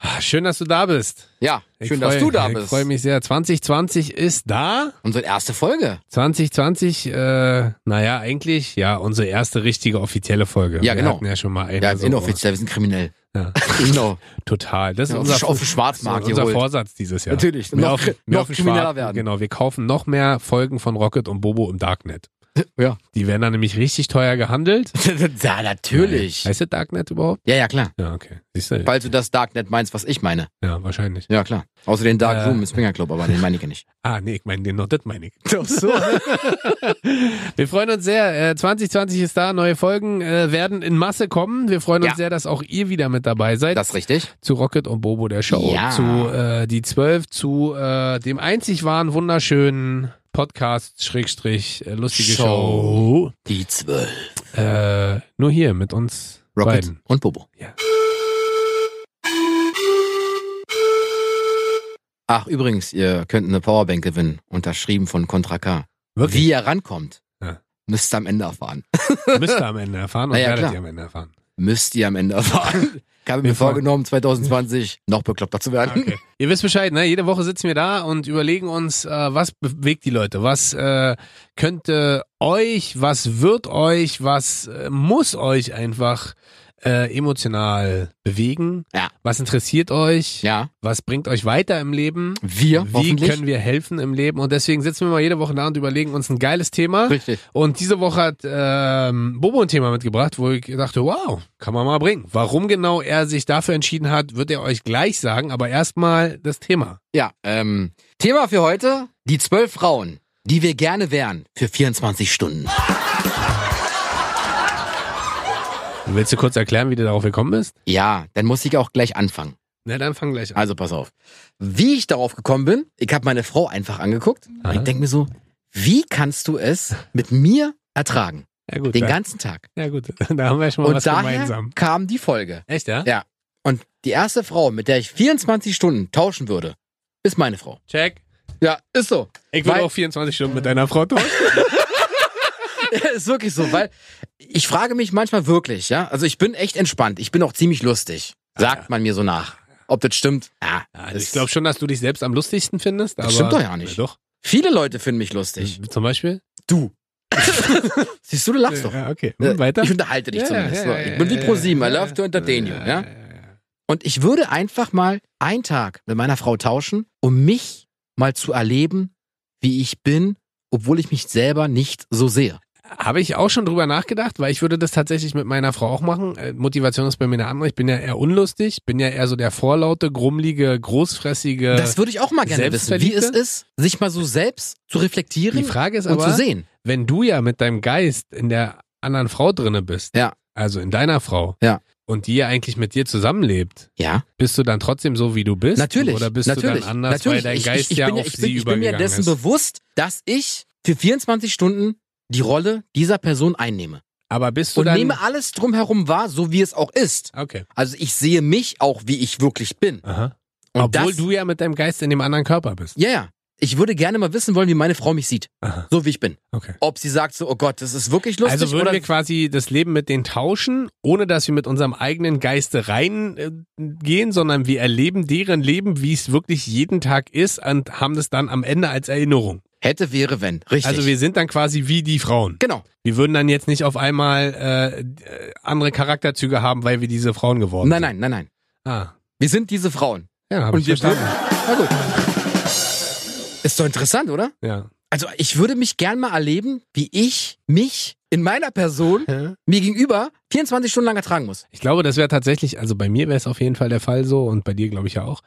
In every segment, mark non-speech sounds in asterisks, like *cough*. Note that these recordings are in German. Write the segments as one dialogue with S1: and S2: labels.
S1: Ah, schön, dass du da bist.
S2: Ja,
S1: Ich
S2: schön, dass
S1: freu-
S2: du da
S1: Ich
S2: bist.
S1: freue mich sehr. 2020 ist da.
S2: Unsere erste Folge.
S1: 2020, äh, naja, eigentlich, ja, unsere erste richtige offizielle Folge.
S2: Ja, genau.
S1: Wir hatten ja schon mal eine.
S2: Ja,
S1: so.
S2: inoffiziell, wir sind kriminell.
S1: Ja.
S2: Genau.
S1: Total. Das ist
S2: Ja, auf-
S1: unser,
S2: auf dem Schwarzmarkt
S1: das ist unser
S2: geholt.
S1: Vorsatz dieses Jahr.
S2: Natürlich.
S1: Mehr
S2: Noch-
S1: auf, mehr
S2: noch
S1: auf dem
S2: krimineller
S1: Schwarz-
S2: werden.
S1: Genau, wir kaufen noch mehr Folgen von Rocket und Bobo im Darknet.
S2: Ja.
S1: Die werden dann nämlich richtig teuer gehandelt.
S2: *laughs* ja, natürlich.
S1: Heißt das Darknet überhaupt?
S2: Ja, ja, klar.
S1: Ja, okay. Siehst du?
S2: Falls du das Darknet meinst, was ich meine.
S1: Ja, wahrscheinlich.
S2: Ja, klar. Außer den Dark
S1: Äh.
S2: Room im Springer Club, aber den meine ich ja
S1: *laughs*
S2: nicht.
S1: Ah, nee, ich meine den noch, das meine ich.
S2: Doch so.
S1: Wir freuen uns sehr. Äh, 2020 ist da. Neue Folgen äh, werden in Masse kommen. Wir freuen uns
S2: Ja.
S1: sehr, dass auch ihr wieder mit dabei seid.
S2: Das ist richtig.
S1: zu Rocket und Bobo der Show.
S2: Ja.
S1: Zu äh, die zwölf, zu äh, dem einzig wahren, wunderschönen Podcast, Schrägstrich, äh, lustige Show.
S2: Show. Die zwölf.
S1: Äh, nur hier mit uns
S2: Rocket
S1: beiden.
S2: und Bobo.
S1: Ja.
S2: Ach, übrigens, ihr könnt eine Powerbank gewinnen. Unterschrieben von Contra K. Wie ihr rankommt,
S1: Ja.
S2: müsst ihr am Ende erfahren.
S1: Müsst ihr am Ende erfahren und
S2: Na ja,
S1: werdet
S2: klar.
S1: ihr am Ende erfahren.
S2: müsst ihr am Ende erfahren. Ich habe
S1: Wir
S2: mir vorgenommen, 2020 noch bekloppter zu werden.
S1: Okay. Ihr wisst Bescheid, ne? Jede Woche sitzen wir da und überlegen uns, äh, was bewegt die Leute, was äh, könnte euch, was wird euch, was äh, muss euch einfach äh, emotional bewegen,
S2: Ja.
S1: was interessiert euch,
S2: Ja,
S1: was bringt euch weiter im Leben,
S2: wir
S1: wie
S2: hoffentlich.
S1: können wir helfen im Leben und deswegen sitzen wir mal jede Woche da und überlegen uns ein geiles Thema.
S2: Richtig.
S1: Und diese Woche hat ähm, Bobo ein Thema mitgebracht, wo ich dachte, wow, kann man mal bringen. Warum genau er sich dafür entschieden hat, wird er euch gleich sagen, aber erstmal das Thema.
S2: Ja, ähm, Thema für heute, die zwölf Frauen, die wir gerne wären für 24 Stunden.
S1: Willst du kurz erklären, wie du darauf gekommen bist?
S2: Ja, dann muss ich auch gleich anfangen.
S1: Na, dann fang gleich an.
S2: Also pass auf. Wie ich darauf gekommen bin, ich habe meine Frau einfach angeguckt
S1: Aha.
S2: und ich denke mir so, wie kannst du es mit mir ertragen?
S1: Ja gut,
S2: Den
S1: da,
S2: ganzen Tag.
S1: ja, gut. *laughs* da haben wir schon mal
S2: Und
S1: was
S2: daher
S1: gemeinsam.
S2: kam die Folge.
S1: Echt, ja?
S2: Ja. Und die erste Frau, mit der ich 24 Stunden tauschen würde, ist meine Frau.
S1: Check.
S2: Ja, ist so.
S1: Ich will
S2: Weil-
S1: auch 24 Stunden mit deiner Frau
S2: *laughs*
S1: tauschen.
S2: Ja, *laughs* ist wirklich so, weil ich frage mich manchmal wirklich, ja. Also ich bin echt entspannt. Ich bin auch ziemlich lustig. Sagt man mir so nach. Ob das stimmt? Ja.
S1: Also
S2: das-
S1: ich glaube schon, dass du dich selbst am lustigsten findest. Aber
S2: stimmt doch ja nicht.
S1: Ja, Doch.
S2: Viele Leute finden mich lustig.
S1: Zum Beispiel?
S2: Du. *laughs* Siehst du, du lachst doch.
S1: Ja, okay. Hm, weiter?
S2: Äh, Ich unterhalte dich
S1: Ja,
S2: zumindest.
S1: ja,
S2: So,
S1: ja,
S2: ich bin wie
S1: ja,
S2: ProSieben. I
S1: ja,
S2: love to entertain you. Ja?
S1: ja.
S2: Und ich würde einfach mal einen Tag mit meiner Frau tauschen, um mich mal zu erleben, wie ich bin, obwohl ich mich selber nicht so sehe.
S1: Habe ich auch schon drüber nachgedacht, weil ich würde das tatsächlich mit meiner Frau auch machen. Äh, Motivation ist bei mir eine andere. Ich bin ja eher unlustig, bin ja eher so der vorlaute, grummelige, großfressige.
S2: Das würde ich auch mal gerne wissen, wie es
S1: Äh, Selbstverliebte?
S2: ist, sich mal so selbst zu reflektieren
S1: Die Frage ist
S2: und zu
S1: aber,
S2: sehen.
S1: wenn du ja mit deinem Geist in der anderen Frau drinne bist,
S2: Ja.
S1: also in deiner Frau,
S2: Ja.
S1: und die ja eigentlich mit dir zusammenlebt,
S2: Ja.
S1: bist du dann trotzdem so, wie du bist?
S2: Natürlich.
S1: Oder bist du
S2: natürlich,
S1: dann anders,
S2: natürlich.
S1: weil dein
S2: ich,
S1: Geist
S2: ich, ich
S1: ja
S2: bin,
S1: auf
S2: ich
S1: sie
S2: bin, Ich bin mir
S1: übergegangen
S2: dessen
S1: ist?
S2: bewusst, dass ich für 24 Stunden die Rolle dieser Person einnehme.
S1: Aber bist du
S2: Und
S1: dann...
S2: nehme alles drumherum wahr, so wie es auch ist.
S1: okay.
S2: Also ich sehe mich auch, wie ich wirklich bin.
S1: Aha.
S2: Und
S1: Obwohl
S2: das,
S1: du ja mit deinem Geist in dem anderen Körper bist.
S2: Ja, ja. Ich würde gerne mal wissen wollen, wie meine Frau mich sieht.
S1: Aha.
S2: So wie ich bin.
S1: Okay.
S2: Ob sie sagt so, oh Gott, das ist wirklich lustig
S1: also würden
S2: oder
S1: wir quasi das Leben mit denen tauschen, ohne dass wir mit unserem eigenen Geiste reingehen, äh, gehen, sondern wir erleben deren Leben, wie es wirklich jeden Tag ist und haben das dann am Ende als Erinnerung.
S2: hätte, wäre, wenn. Richtig.
S1: Also wir sind dann quasi wie die Frauen.
S2: genau.
S1: Wir würden dann jetzt nicht auf einmal äh, äh, andere Charakterzüge haben, weil wir diese Frauen geworden
S2: Nein, nein, nein, nein.
S1: sind. Ah,
S2: Wir sind diese Frauen.
S1: ja, habe
S2: Und
S1: ich
S2: wir
S1: verstanden.
S2: Na gut. Ist doch interessant, oder?
S1: Ja.
S2: Also ich würde mich gern mal erleben, wie ich mich in meiner Person mir gegenüber 24 Stunden lang ertragen muss.
S1: Ich glaube, das wäre tatsächlich, also bei mir wäre es auf jeden Fall der Fall so und bei dir glaube ich ja auch.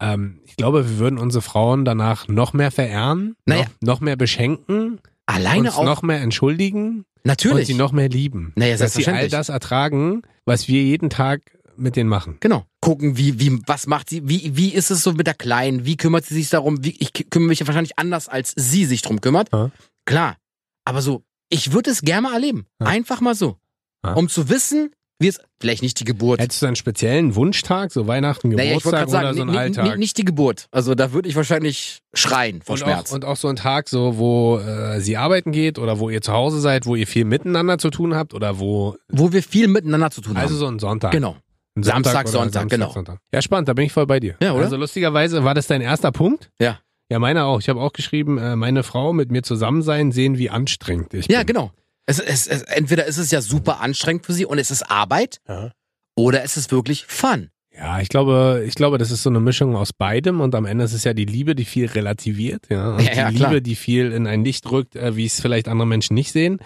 S1: Ähm, ich glaube, wir würden unsere Frauen danach noch mehr verehren,
S2: Naja.
S1: noch, noch mehr beschenken,
S2: Alleine
S1: uns
S2: auch.
S1: noch mehr entschuldigen und
S2: natürlich.
S1: sie noch mehr lieben.
S2: Naja,
S1: dass sie all
S2: selbstverständlich.
S1: das ertragen, was wir jeden Tag mit denen machen.
S2: genau. Gucken, wie, wie, was macht sie, wie, wie ist es so mit der Kleinen, wie kümmert sie sich darum, wie, ich kümmere mich ja wahrscheinlich anders, als sie sich drum kümmert.
S1: Ja.
S2: Klar. Aber so, ich würde es gerne mal erleben.
S1: Ja.
S2: Einfach mal so.
S1: Ja.
S2: Um zu wissen, wie es, vielleicht nicht die Geburt.
S1: Hättest du einen speziellen Wunschtag, so Weihnachten,
S2: naja, ich wollte
S1: Geburtstag
S2: gerade
S1: oder
S2: sagen,
S1: so einen
S2: ni- ni-
S1: Alltag?
S2: ni- nicht die Geburt. Also da würde ich wahrscheinlich schreien vor
S1: und
S2: Schmerz.
S1: auch, und auch so ein Tag, so wo äh, sie arbeiten geht oder wo ihr zu Hause seid, wo ihr viel miteinander zu tun habt oder wo
S2: wo wir viel miteinander zu tun
S1: also
S2: haben.
S1: so ein Sonntag.
S2: Genau.
S1: Ein
S2: Samstag,
S1: oder
S2: Sonntag, genau.
S1: Sonntag. Ja, spannend, da bin ich voll bei dir.
S2: Ja, oder?
S1: Also lustigerweise war das dein erster Punkt.
S2: Ja.
S1: Ja, meiner auch. Ich habe auch geschrieben, äh, meine Frau mit mir zusammen sein, sehen, wie anstrengend ich
S2: Ja,
S1: bin.
S2: genau. Es, es, es, entweder ist es ja super anstrengend für sie und es ist Arbeit
S1: Ja.
S2: oder es ist wirklich Fun.
S1: Ja, ich glaube, ich glaube, das ist so eine Mischung aus beidem und am Ende ist es ja die Liebe, die viel relativiert, ja. Und
S2: *laughs* Ja, ja,
S1: die
S2: klar.
S1: Liebe, die viel in ein Licht rückt, äh, wie es vielleicht andere Menschen nicht sehen.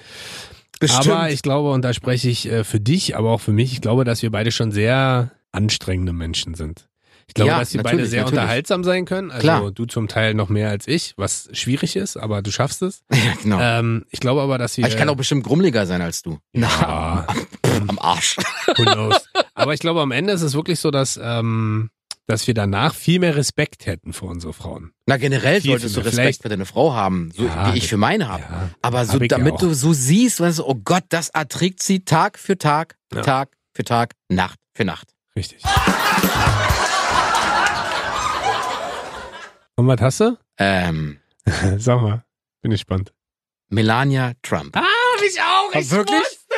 S1: Aber ich glaube, und da spreche ich äh, für dich, aber auch für mich, ich glaube, dass wir beide schon sehr anstrengende Menschen sind. Ich glaube,
S2: Ja,
S1: dass wir beide
S2: natürlich,
S1: sehr
S2: natürlich.
S1: unterhaltsam sein können. Also
S2: Klar.
S1: du zum Teil noch mehr als ich, was schwierig ist, aber du schaffst es.
S2: ja, *laughs* genau.
S1: Ähm, ich glaube aber, dass wir.
S2: Aber
S1: *laughs*
S2: ich kann auch bestimmt grummeliger sein als du.
S1: äh, Ja.
S2: Na,
S1: *laughs*
S2: am Arsch.
S1: Who knows? Aber ich glaube, am Ende ist es wirklich so, dass, ähm, dass wir danach viel mehr Respekt hätten vor unsere Frauen.
S2: Na, generell
S1: Viel,
S2: solltest
S1: viel
S2: du
S1: mehr.
S2: Respekt
S1: Vielleicht-
S2: für deine Frau haben, so
S1: Ja,
S2: wie ich für meine habe.
S1: Ja.
S2: Aber so,
S1: Hab ich ja
S2: damit
S1: auch.
S2: du so siehst, weißt du, oh Gott, das erträgt sie Tag für Tag,
S1: Ja.
S2: Tag für Tag, Nacht für Nacht.
S1: Richtig. Und was hast
S2: *laughs*
S1: du?
S2: Ähm,
S1: Sag mal. Bin ich gespannt.
S2: Melania Trump.
S1: Ah, Ich auch,
S2: ich Wirklich?
S1: wusste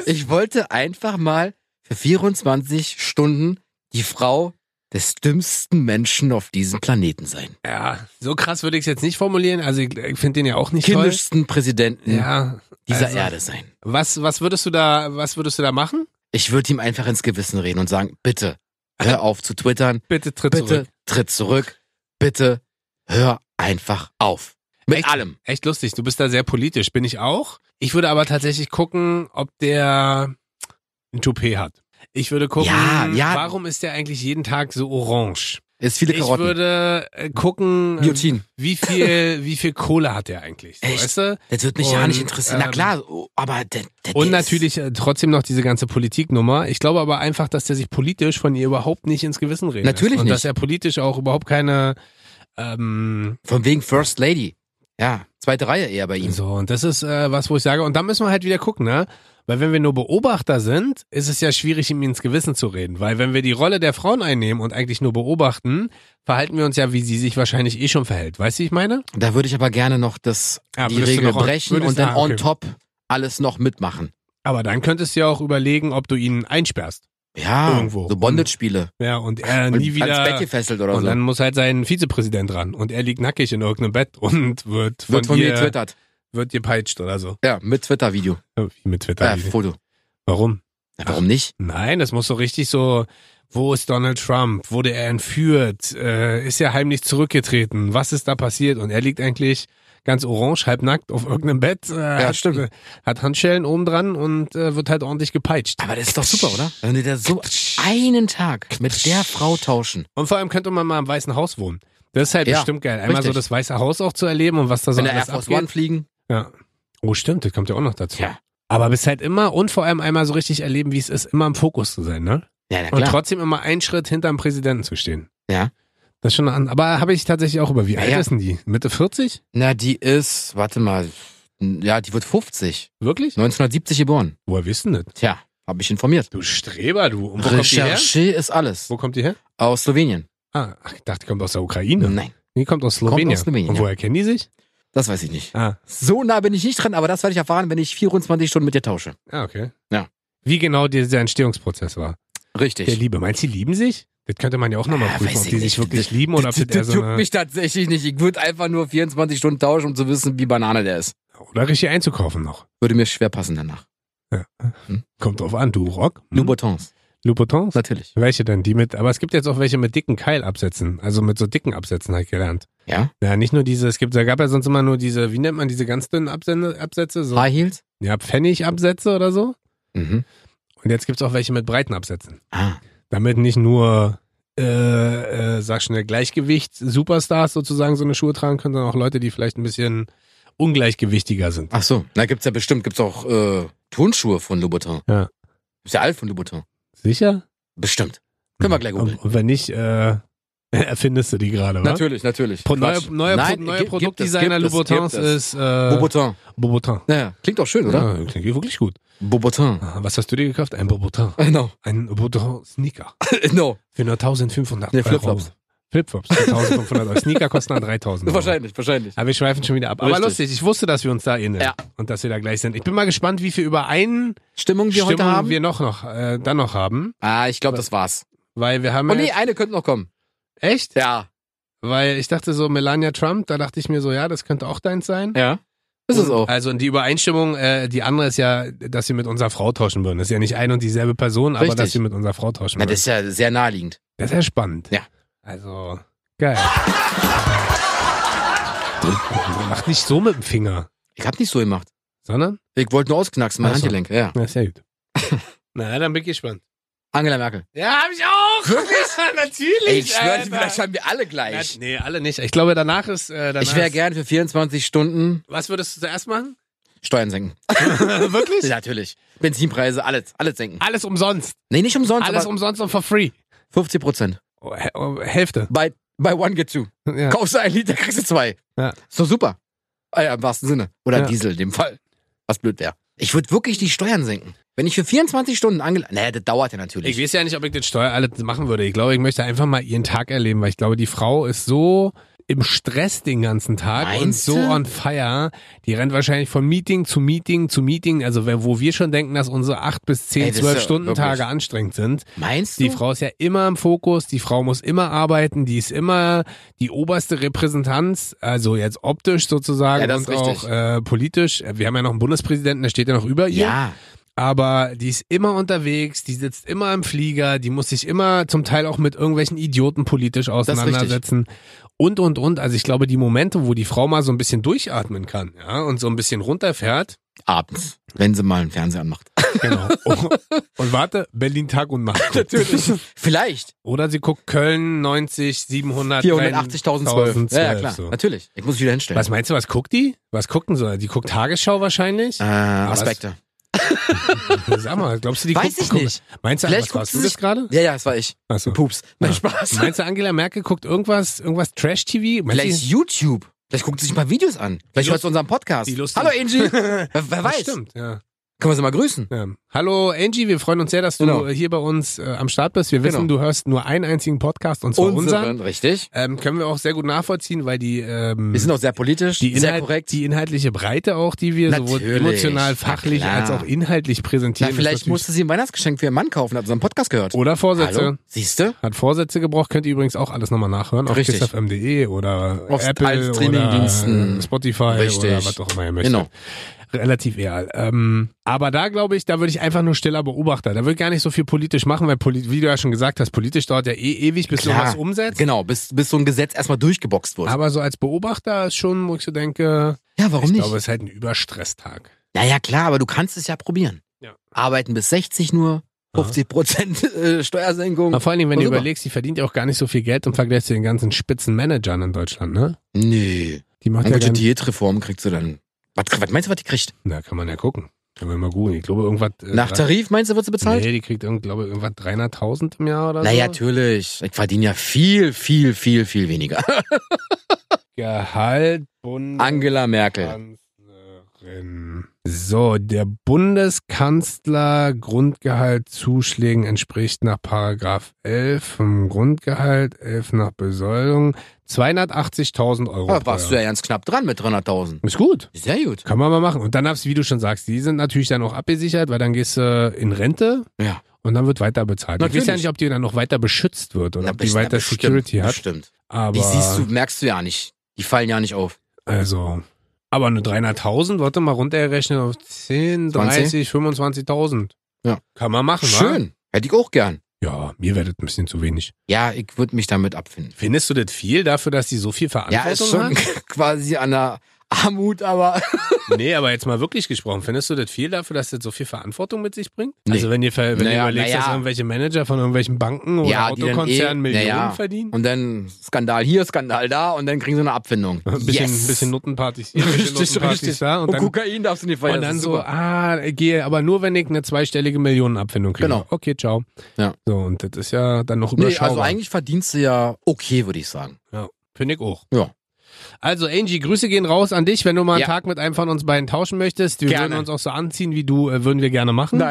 S1: es.
S2: Ich wollte einfach mal für 24 Stunden die Frau des dümmsten Menschen auf diesem Planeten sein.
S1: Ja, so krass würde ich es jetzt nicht formulieren. Also ich, ich finde den ja auch nicht
S2: Kindischsten Präsidenten
S1: toll. Ja.
S2: dieser
S1: also,
S2: Erde sein.
S1: Was, was würdest du da, was würdest du da machen?
S2: Ich würde ihm einfach ins Gewissen reden und sagen, bitte, hör auf zu twittern,
S1: Also, Bitte tritt
S2: bitte
S1: zurück.
S2: tritt zurück, bitte hör einfach auf. Mit
S1: Echt?
S2: allem.
S1: Echt lustig, du bist da sehr politisch, bin ich auch. Ich würde aber tatsächlich gucken, ob der ein Toupet hat. Ich würde gucken,
S2: Ja, ja.
S1: warum ist der eigentlich jeden Tag so orange?
S2: Ist viele
S1: ich
S2: Karotten.
S1: würde äh, gucken, äh,
S2: Guillotine.
S1: wie viel, wie viel Kohle hat er eigentlich? So,
S2: Echt?
S1: weißt du?
S2: Das wird mich
S1: Und,
S2: ja nicht interessieren. Na
S1: ähm,
S2: klar, oh, aber der, der,
S1: Und
S2: der ist-
S1: natürlich äh, trotzdem noch diese ganze Politiknummer. Ich glaube aber einfach, dass der sich politisch von ihr überhaupt nicht ins Gewissen redet.
S2: Natürlich
S1: Und
S2: nicht.
S1: dass er politisch auch überhaupt keine ähm,
S2: Von wegen First Lady. Ja, zweite Reihe eher bei ihm.
S1: So, und das ist äh, was, wo ich sage, und da müssen wir halt wieder gucken, ne? Weil wenn wir nur Beobachter sind, ist es ja schwierig, ihm ins Gewissen zu reden. Weil wenn wir die Rolle der Frauen einnehmen und eigentlich nur beobachten, verhalten wir uns ja, wie sie sich wahrscheinlich eh schon verhält. Weißt du, wie ich meine?
S2: Da würde ich aber gerne noch das,
S1: Ja,
S2: die
S1: würdest du
S2: Regel
S1: noch on-
S2: brechen
S1: würdest-
S2: und dann
S1: ah, okay.
S2: on top alles noch mitmachen.
S1: Aber dann könntest du ja auch überlegen, ob du ihn einsperrst.
S2: Ja,
S1: Irgendwo.
S2: so Bondage-Spiele.
S1: Ja, und er
S2: Und
S1: nie wieder.
S2: ans Bett gefesselt oder
S1: und
S2: so.
S1: dann muss halt sein Vizepräsident ran. Und er liegt nackig in irgendeinem Bett und wird von,
S2: wird von mir
S1: ihr,
S2: getwittert.
S1: wird gepeitscht oder so.
S2: Ja, mit Twitter-Video.
S1: Ja, Wie mit Twitter.
S2: Äh, Foto.
S1: Warum?
S2: Ja, warum nicht?
S1: Nein, das muss so richtig so. Wo ist Donald Trump? Wurde er entführt? Äh, ist er heimlich zurückgetreten? Was ist da passiert? Und er liegt eigentlich ganz orange, halbnackt auf irgendeinem Bett. Äh, ja, hat,
S2: stimmt.
S1: Äh, hat Handschellen oben dran und äh, wird halt ordentlich gepeitscht.
S2: Aber das ist doch super, oder? Wenn du da so einen Tag mit der Frau tauschen.
S1: Und vor allem könnte man mal im Weißen Haus wohnen. Das ist halt
S2: Ja,
S1: bestimmt geil. Einmal
S2: richtig.
S1: so das Weiße Haus auch zu erleben und was da so
S2: Wenn der Air
S1: alles
S2: Force
S1: abgeht.
S2: One fliegen.
S1: Ja. Oh, stimmt, das kommt ja auch noch dazu.
S2: Ja.
S1: Aber bis halt immer und vor allem einmal so richtig erleben, wie es ist, immer im Fokus zu sein, ne?
S2: Ja, na
S1: Und
S2: klar.
S1: trotzdem immer einen Schritt hinterm Präsidenten zu stehen.
S2: Ja.
S1: Das ist schon an. Aber habe ich tatsächlich auch über. Wie
S2: Ja,
S1: alt
S2: ja.
S1: ist denn die? Mitte 40?
S2: Na, die ist, warte mal, ja, die wird 50.
S1: Wirklich?
S2: 1970 geboren.
S1: Woher wissen das?
S2: Tja, habe ich informiert.
S1: Du Streber, du. Und wo kommt die her?
S2: Recherche ist alles.
S1: Wo kommt die her?
S2: Aus Slowenien.
S1: Ah, ach, ich dachte, die kommt aus der Ukraine.
S2: Nein,
S1: Die kommt aus Slowenien.
S2: Kommt aus Slowenien,
S1: Und
S2: ja.
S1: woher kennen die sich?
S2: das weiß ich nicht.
S1: Ah,
S2: So nah bin ich nicht dran, aber das werde ich erfahren, wenn ich 24 Stunden mit dir tausche.
S1: ah okay.
S2: Ja.
S1: Wie genau dieser Entstehungsprozess war. Der
S2: Richtig.
S1: Liebe. Meinst du, die lieben sich? Das könnte man ja auch nochmal
S2: Ah,
S1: prüfen,
S2: weiß
S1: ob
S2: ich
S1: die sich
S2: nicht.
S1: wirklich lieben oder ob das eher
S2: Das
S1: so
S2: juckt
S1: eine,
S2: mich tatsächlich nicht. Ich würde einfach nur 24 Stunden tauschen, um zu wissen, wie Banane der ist.
S1: Oder richtig einzukaufen noch.
S2: Würde mir schwer passen danach.
S1: Kommt drauf an, du Rock. Hm?
S2: Louboutins,
S1: Louboutins?
S2: natürlich.
S1: Welche denn? Die mit, aber es gibt jetzt auch welche mit dicken Keilabsätzen. Also mit so dicken Absätzen habe ich gelernt.
S2: Ja?
S1: Ja, nicht nur diese, es gibt, da gab ja sonst immer nur diese, wie nennt man diese ganz dünnen Absende, Absätze? So,
S2: High Heels?
S1: ja, Pfennigabsätze oder so.
S2: Mhm.
S1: Und jetzt gibt's auch welche mit breiten Absätzen.
S2: Ah.
S1: Damit nicht nur, äh, äh, sag schnell, Gleichgewicht, Superstars sozusagen so eine Schuhe tragen können, sondern auch Leute, die vielleicht ein bisschen ungleichgewichtiger sind.
S2: Ach so. Na, gibt's ja bestimmt, gibt's auch, äh, Turnschuhe von Louboutin.
S1: Ja.
S2: Ist ja alt von Louboutin.
S1: Sicher?
S2: Bestimmt. Können wir gleich googeln.
S1: und, und wenn nicht, äh, *laughs* erfindest du die gerade, wa?
S2: Natürlich, natürlich.
S1: Pro, neuer
S2: Quatsch.
S1: neuer,
S2: Nein,
S1: Pro, neuer
S2: gibt- gibt es,
S1: Produktdesigner
S2: gibt es,
S1: Louboutins
S2: gibt es.
S1: ist äh,
S2: Bobotin.
S1: Bobotin.
S2: Naja, klingt doch schön, oder?
S1: Ja, klingt wirklich gut.
S2: *laughs* Bobotin.
S1: Ah, Was hast du dir gekauft? Ein Bobotin.
S2: *laughs* Genau.
S1: Ein Bobotin-Sneaker.
S2: Genau.
S1: Für nur 1500
S2: Nee,
S1: Euro.
S2: Flipflops.
S1: Flipflops, 1500 Euro. Sneaker kosten dann 3000 Euro.
S2: Wahrscheinlich, wahrscheinlich.
S1: Aber wir schweifen schon wieder ab. Aber
S2: Richtig.
S1: lustig, ich wusste, dass wir uns da ähneln.
S2: Ja.
S1: Und dass wir da gleich sind. Ich bin mal gespannt, wie viel Übereinstimmung
S2: Stimmung, die wir heute haben?
S1: wir noch, noch äh, dann noch haben.
S2: ah, ich glaube, das war's.
S1: Weil wir haben
S2: Oh
S1: ja-
S2: nee, eine könnte noch kommen.
S1: Echt?
S2: Ja.
S1: Weil ich dachte so, Melania Trump, da dachte ich mir so, ja, das könnte auch deins sein.
S2: Ja. Ist es auch.
S1: Also und die Übereinstimmung, äh, die andere ist ja, dass wir mit unserer Frau tauschen würden. Das ist ja nicht ein und dieselbe Person, aber
S2: Richtig.
S1: dass wir mit unserer Frau tauschen
S2: Na,
S1: würden.
S2: das ist ja sehr naheliegend.
S1: Das ist ja spannend.
S2: Ja.
S1: Also, geil. Drück- Mach nicht so mit dem Finger,
S2: Ich hab nicht so gemacht.
S1: sondern?
S2: Ich wollte nur ausknacksen, mein
S1: Ach so.
S2: Handgelenk. Ja.
S1: Na, ist ja
S2: *laughs*
S1: gut. Na, dann bin ich gespannt.
S2: Angela Merkel.
S1: Ja, hab ich auch!
S2: *laughs*
S1: Wirklich? Natürlich!
S2: Ey, ich schwöre,
S1: Alter.
S2: vielleicht haben wir alle gleich.
S1: Na, Nee, alle nicht. Ich glaube, danach ist. Äh, danach
S2: Ich wäre
S1: ist-
S2: gern für 24 Stunden
S1: Was würdest du zuerst machen?
S2: Steuern senken.
S1: *laughs*
S2: *laughs*
S1: Wirklich?
S2: Ja, natürlich. Benzinpreise, alles, alles senken.
S1: Alles umsonst.
S2: Nee, nicht umsonst,
S1: Alles um
S2: aber
S1: umsonst und for free.
S2: 50 Prozent.
S1: Oh, Hä- oh, Hälfte. *laughs*
S2: Bei, bei One Get Two.
S1: Ja.
S2: Kaufst du ein Liter, kriegst du zwei.
S1: Ja.
S2: So super. Ah ja, im wahrsten Sinne. Oder
S1: Ja.
S2: Diesel in dem Fall. Was blöd wäre. Ich würde wirklich die Steuern senken. Wenn ich für 24 Stunden Angela. Naja, das dauert ja natürlich.
S1: Ich weiß ja nicht, ob ich das Steuer alles machen würde. Ich glaube, ich möchte einfach mal ihren Tag erleben, weil ich glaube, die Frau ist so im Stress den ganzen Tag und
S2: Meinst
S1: so
S2: du?
S1: on fire. Die rennt wahrscheinlich von Meeting zu Meeting zu Meeting. Also wenn- wo wir schon denken, dass unsere acht bis
S2: Ey,
S1: zehn,
S2: das ist
S1: zwölf
S2: ja
S1: Stunden Tage
S2: wirklich-
S1: anstrengend sind.
S2: Meinst du?
S1: Die Frau ist ja immer im Fokus, die Frau muss immer arbeiten, die ist immer die oberste Repräsentanz, also jetzt optisch sozusagen
S2: Ja, das
S1: und
S2: ist richtig.
S1: auch äh, politisch. Wir haben ja noch einen Bundespräsidenten, der steht ja noch über ihr.
S2: ja.
S1: Aber die ist immer unterwegs, die sitzt immer im Flieger, die muss sich immer zum Teil auch mit irgendwelchen Idioten politisch
S2: ist richtig.
S1: auseinandersetzen. Und, und, und. Also ich glaube, die Momente, wo die Frau mal so ein bisschen durchatmen kann, ja, und so ein bisschen runterfährt.
S2: Abends. Wenn sie mal einen Fernseher anmacht.
S1: Genau. und warte, Berlin Tag und Nacht. *laughs* Natürlich.
S2: Vielleicht.
S1: Oder sie guckt Köln 90, 700,
S2: 480.012. Ja, ja,
S1: 1012,
S2: klar.
S1: So.
S2: Natürlich. Ich muss mich wieder hinstellen.
S1: Was meinst du, was guckt die? Was guckt denn so? Die guckt Tagesschau wahrscheinlich?
S2: äh, Aspekte.
S1: Sag mal, glaubst du, die
S2: Weiß
S1: guckt,
S2: ich
S1: guckt-
S2: nicht.
S1: Meinst du,
S2: Vielleicht
S1: was
S2: guckt
S1: warst
S2: sie
S1: du das
S2: sich-
S1: gerade?
S2: Ja, ja, das war ich.
S1: Ach so.
S2: Pups. Nein,
S1: Ja.
S2: Spaß.
S1: Meinst du, Angela Merkel guckt irgendwas, irgendwas Trash-TV? Meinst
S2: Vielleicht YouTube. Vielleicht guckt sie sich mal Videos an. Vielleicht
S1: Lust-
S2: hört sie unseren Podcast.
S1: die Lust-
S2: Hallo Angie.
S1: *laughs*
S2: wer, *laughs* wer
S1: du,
S2: weiß.
S1: Stimmt, ja.
S2: Können wir sie mal grüßen?
S1: ja. Hallo Angie, wir freuen uns sehr, dass du
S2: Genau.
S1: hier bei uns äh, am Start bist. Wir wissen,
S2: Genau.
S1: du hörst nur einen einzigen Podcast und zwar unseren.
S2: Richtig.
S1: Ähm, können wir auch sehr gut nachvollziehen, weil die, ähm,
S2: Wir sind auch sehr politisch,
S1: die,
S2: sehr
S1: Inhalt-
S2: korrekt.
S1: die inhaltliche Breite auch, die wir sowohl
S2: Natürlich.
S1: emotional,
S2: Na
S1: fachlich
S2: klar.
S1: als auch inhaltlich
S2: Na,
S1: präsentieren. ist
S2: vielleicht
S1: natürlich-
S2: musste sie ein Weihnachtsgeschenk für ihren Mann kaufen, hat unseren Podcast gehört.
S1: oder Vorsätze.
S2: Hallo? Siehst du?
S1: Hat Vorsätze gebraucht, könnt ihr übrigens auch alles nochmal nachhören. Auf
S2: Richtig.
S1: kissfm.de oder
S2: Auf
S1: Apple
S2: allen Streamingdiensten.
S1: oder Spotify oder
S2: Richtig.
S1: was auch immer ihr möchtet.
S2: Genau.
S1: Relativ egal. Ähm, aber da glaube ich, da würde ich einfach nur stiller Beobachter. Da würde ich gar nicht so viel politisch machen, weil, polit wie du ja schon gesagt hast, politisch dauert ja eh ewig, bis du
S2: Klar.
S1: was umsetzt.
S2: Genau, bis, bis so ein Gesetz erstmal durchgeboxt wird.
S1: Aber so als Beobachter ist schon, wo ich so denke,
S2: ja, warum
S1: ich
S2: nicht?
S1: glaube, es ist halt ein Überstresstag.
S2: naja, klar, aber du kannst es ja probieren.
S1: Ja.
S2: Arbeiten bis 60 nur, 50 Prozent *laughs* äh, Steuersenkung.
S1: Aber vor allen Dingen, wenn
S2: Und
S1: du
S2: super.
S1: überlegst, die verdient ja auch gar nicht so viel Geld im Vergleich zu den ganzen Spitzenmanagern in Deutschland, ne?
S2: Nee.
S1: Die macht
S2: Eine
S1: ja
S2: gute
S1: gar
S2: Diätreform kriegst du dann. Was, was meinst du, was die kriegt?
S1: Na, kann man ja gucken. Können wir mal googeln. Ich glaube, irgendwas. äh,
S2: Nach Tarif meinst du, wird sie bezahlt?
S1: Nee, die kriegt, irgend- glaube ich, irgendwas 300.000 im Jahr oder
S2: naja,
S1: so.
S2: natürlich. Ich verdiene ja viel, viel, viel,
S1: *laughs*
S2: viel weniger.
S1: Gehalt Bundeskanzlerin.
S2: Angela Merkel.
S1: So, der Bundeskanzler Grundgehalt Zuschlägen entspricht nach Paragraph 11 vom Grundgehalt, 11 nach Besoldung, 280.000 Euro.
S2: Da
S1: pro
S2: warst du
S1: Jahr.
S2: ja ganz knapp dran mit 300.000.
S1: Ist gut.
S2: Sehr gut.
S1: Kann man mal machen. Und dann hast wie du schon sagst, die sind natürlich dann auch abgesichert, weil dann gehst du in Rente
S2: Ja.
S1: und dann wird weiter bezahlt. Ich weiß ja
S2: Natürlich.
S1: nicht, ob die dann noch weiter beschützt wird oder
S2: Na,
S1: ob die
S2: best-
S1: weiter
S2: na,
S1: Security hat.
S2: Bestimmt.
S1: Aber
S2: Die siehst du, merkst du ja nicht. Die fallen ja nicht auf.
S1: Also, aber eine 300.000, warte mal, runterrechnen auf 10, 30,
S2: 20?
S1: 25.000.
S2: Ja.
S1: Kann man machen, Wa?
S2: Schön. Hätte ich auch gern.
S1: Ja, mir wäre das ein bisschen zu wenig.
S2: Ja, ich würde mich damit abfinden.
S1: Findest du das viel dafür, dass die so viel
S2: Ja,
S1: Verantwortung
S2: ist schon *laughs*
S1: hat?
S2: quasi an der Armut, aber *laughs*
S1: Nee, aber jetzt mal wirklich gesprochen, findest du das viel dafür, dass das so viel Verantwortung mit sich bringt?
S2: Nee.
S1: Also wenn ihr, ver- wenn
S2: Naja,
S1: ihr überlegt, dass
S2: naja.
S1: irgendwelche Manager von irgendwelchen Banken oder
S2: Ja, die dann eh-
S1: Autokonzernen Millionen
S2: naja.
S1: verdienen?
S2: und dann Skandal hier, Skandal da und dann kriegen sie eine Abfindung.
S1: Ein bisschen,
S2: yes. *laughs*
S1: bisschen Nuttenpartys hier, ein bisschen
S2: richtig,
S1: Nuttenpartys
S2: richtig.
S1: da
S2: Und,
S1: und dann
S2: Kokain darfst du nicht feiern.
S1: Und dann
S2: das ist
S1: so,
S2: super.
S1: ah, gehe, aber nur wenn ich eine zweistellige Millionenabfindung kriege.
S2: Genau.
S1: Okay, ciao.
S2: Ja.
S1: So, und das ist ja dann noch
S2: Nee, also
S1: überschaubar.
S2: eigentlich verdienst du ja okay, würde ich sagen.
S1: ja, Finde ich auch.
S2: Ja.
S1: Also, Angie, Grüße gehen raus an dich, wenn du mal einen
S2: Ja.
S1: Tag mit einem von uns beiden tauschen möchtest. Wir
S2: Gerne.
S1: würden uns Hm?
S2: *laughs*
S1: auch so anziehen wie du, äh, würden wir gerne machen.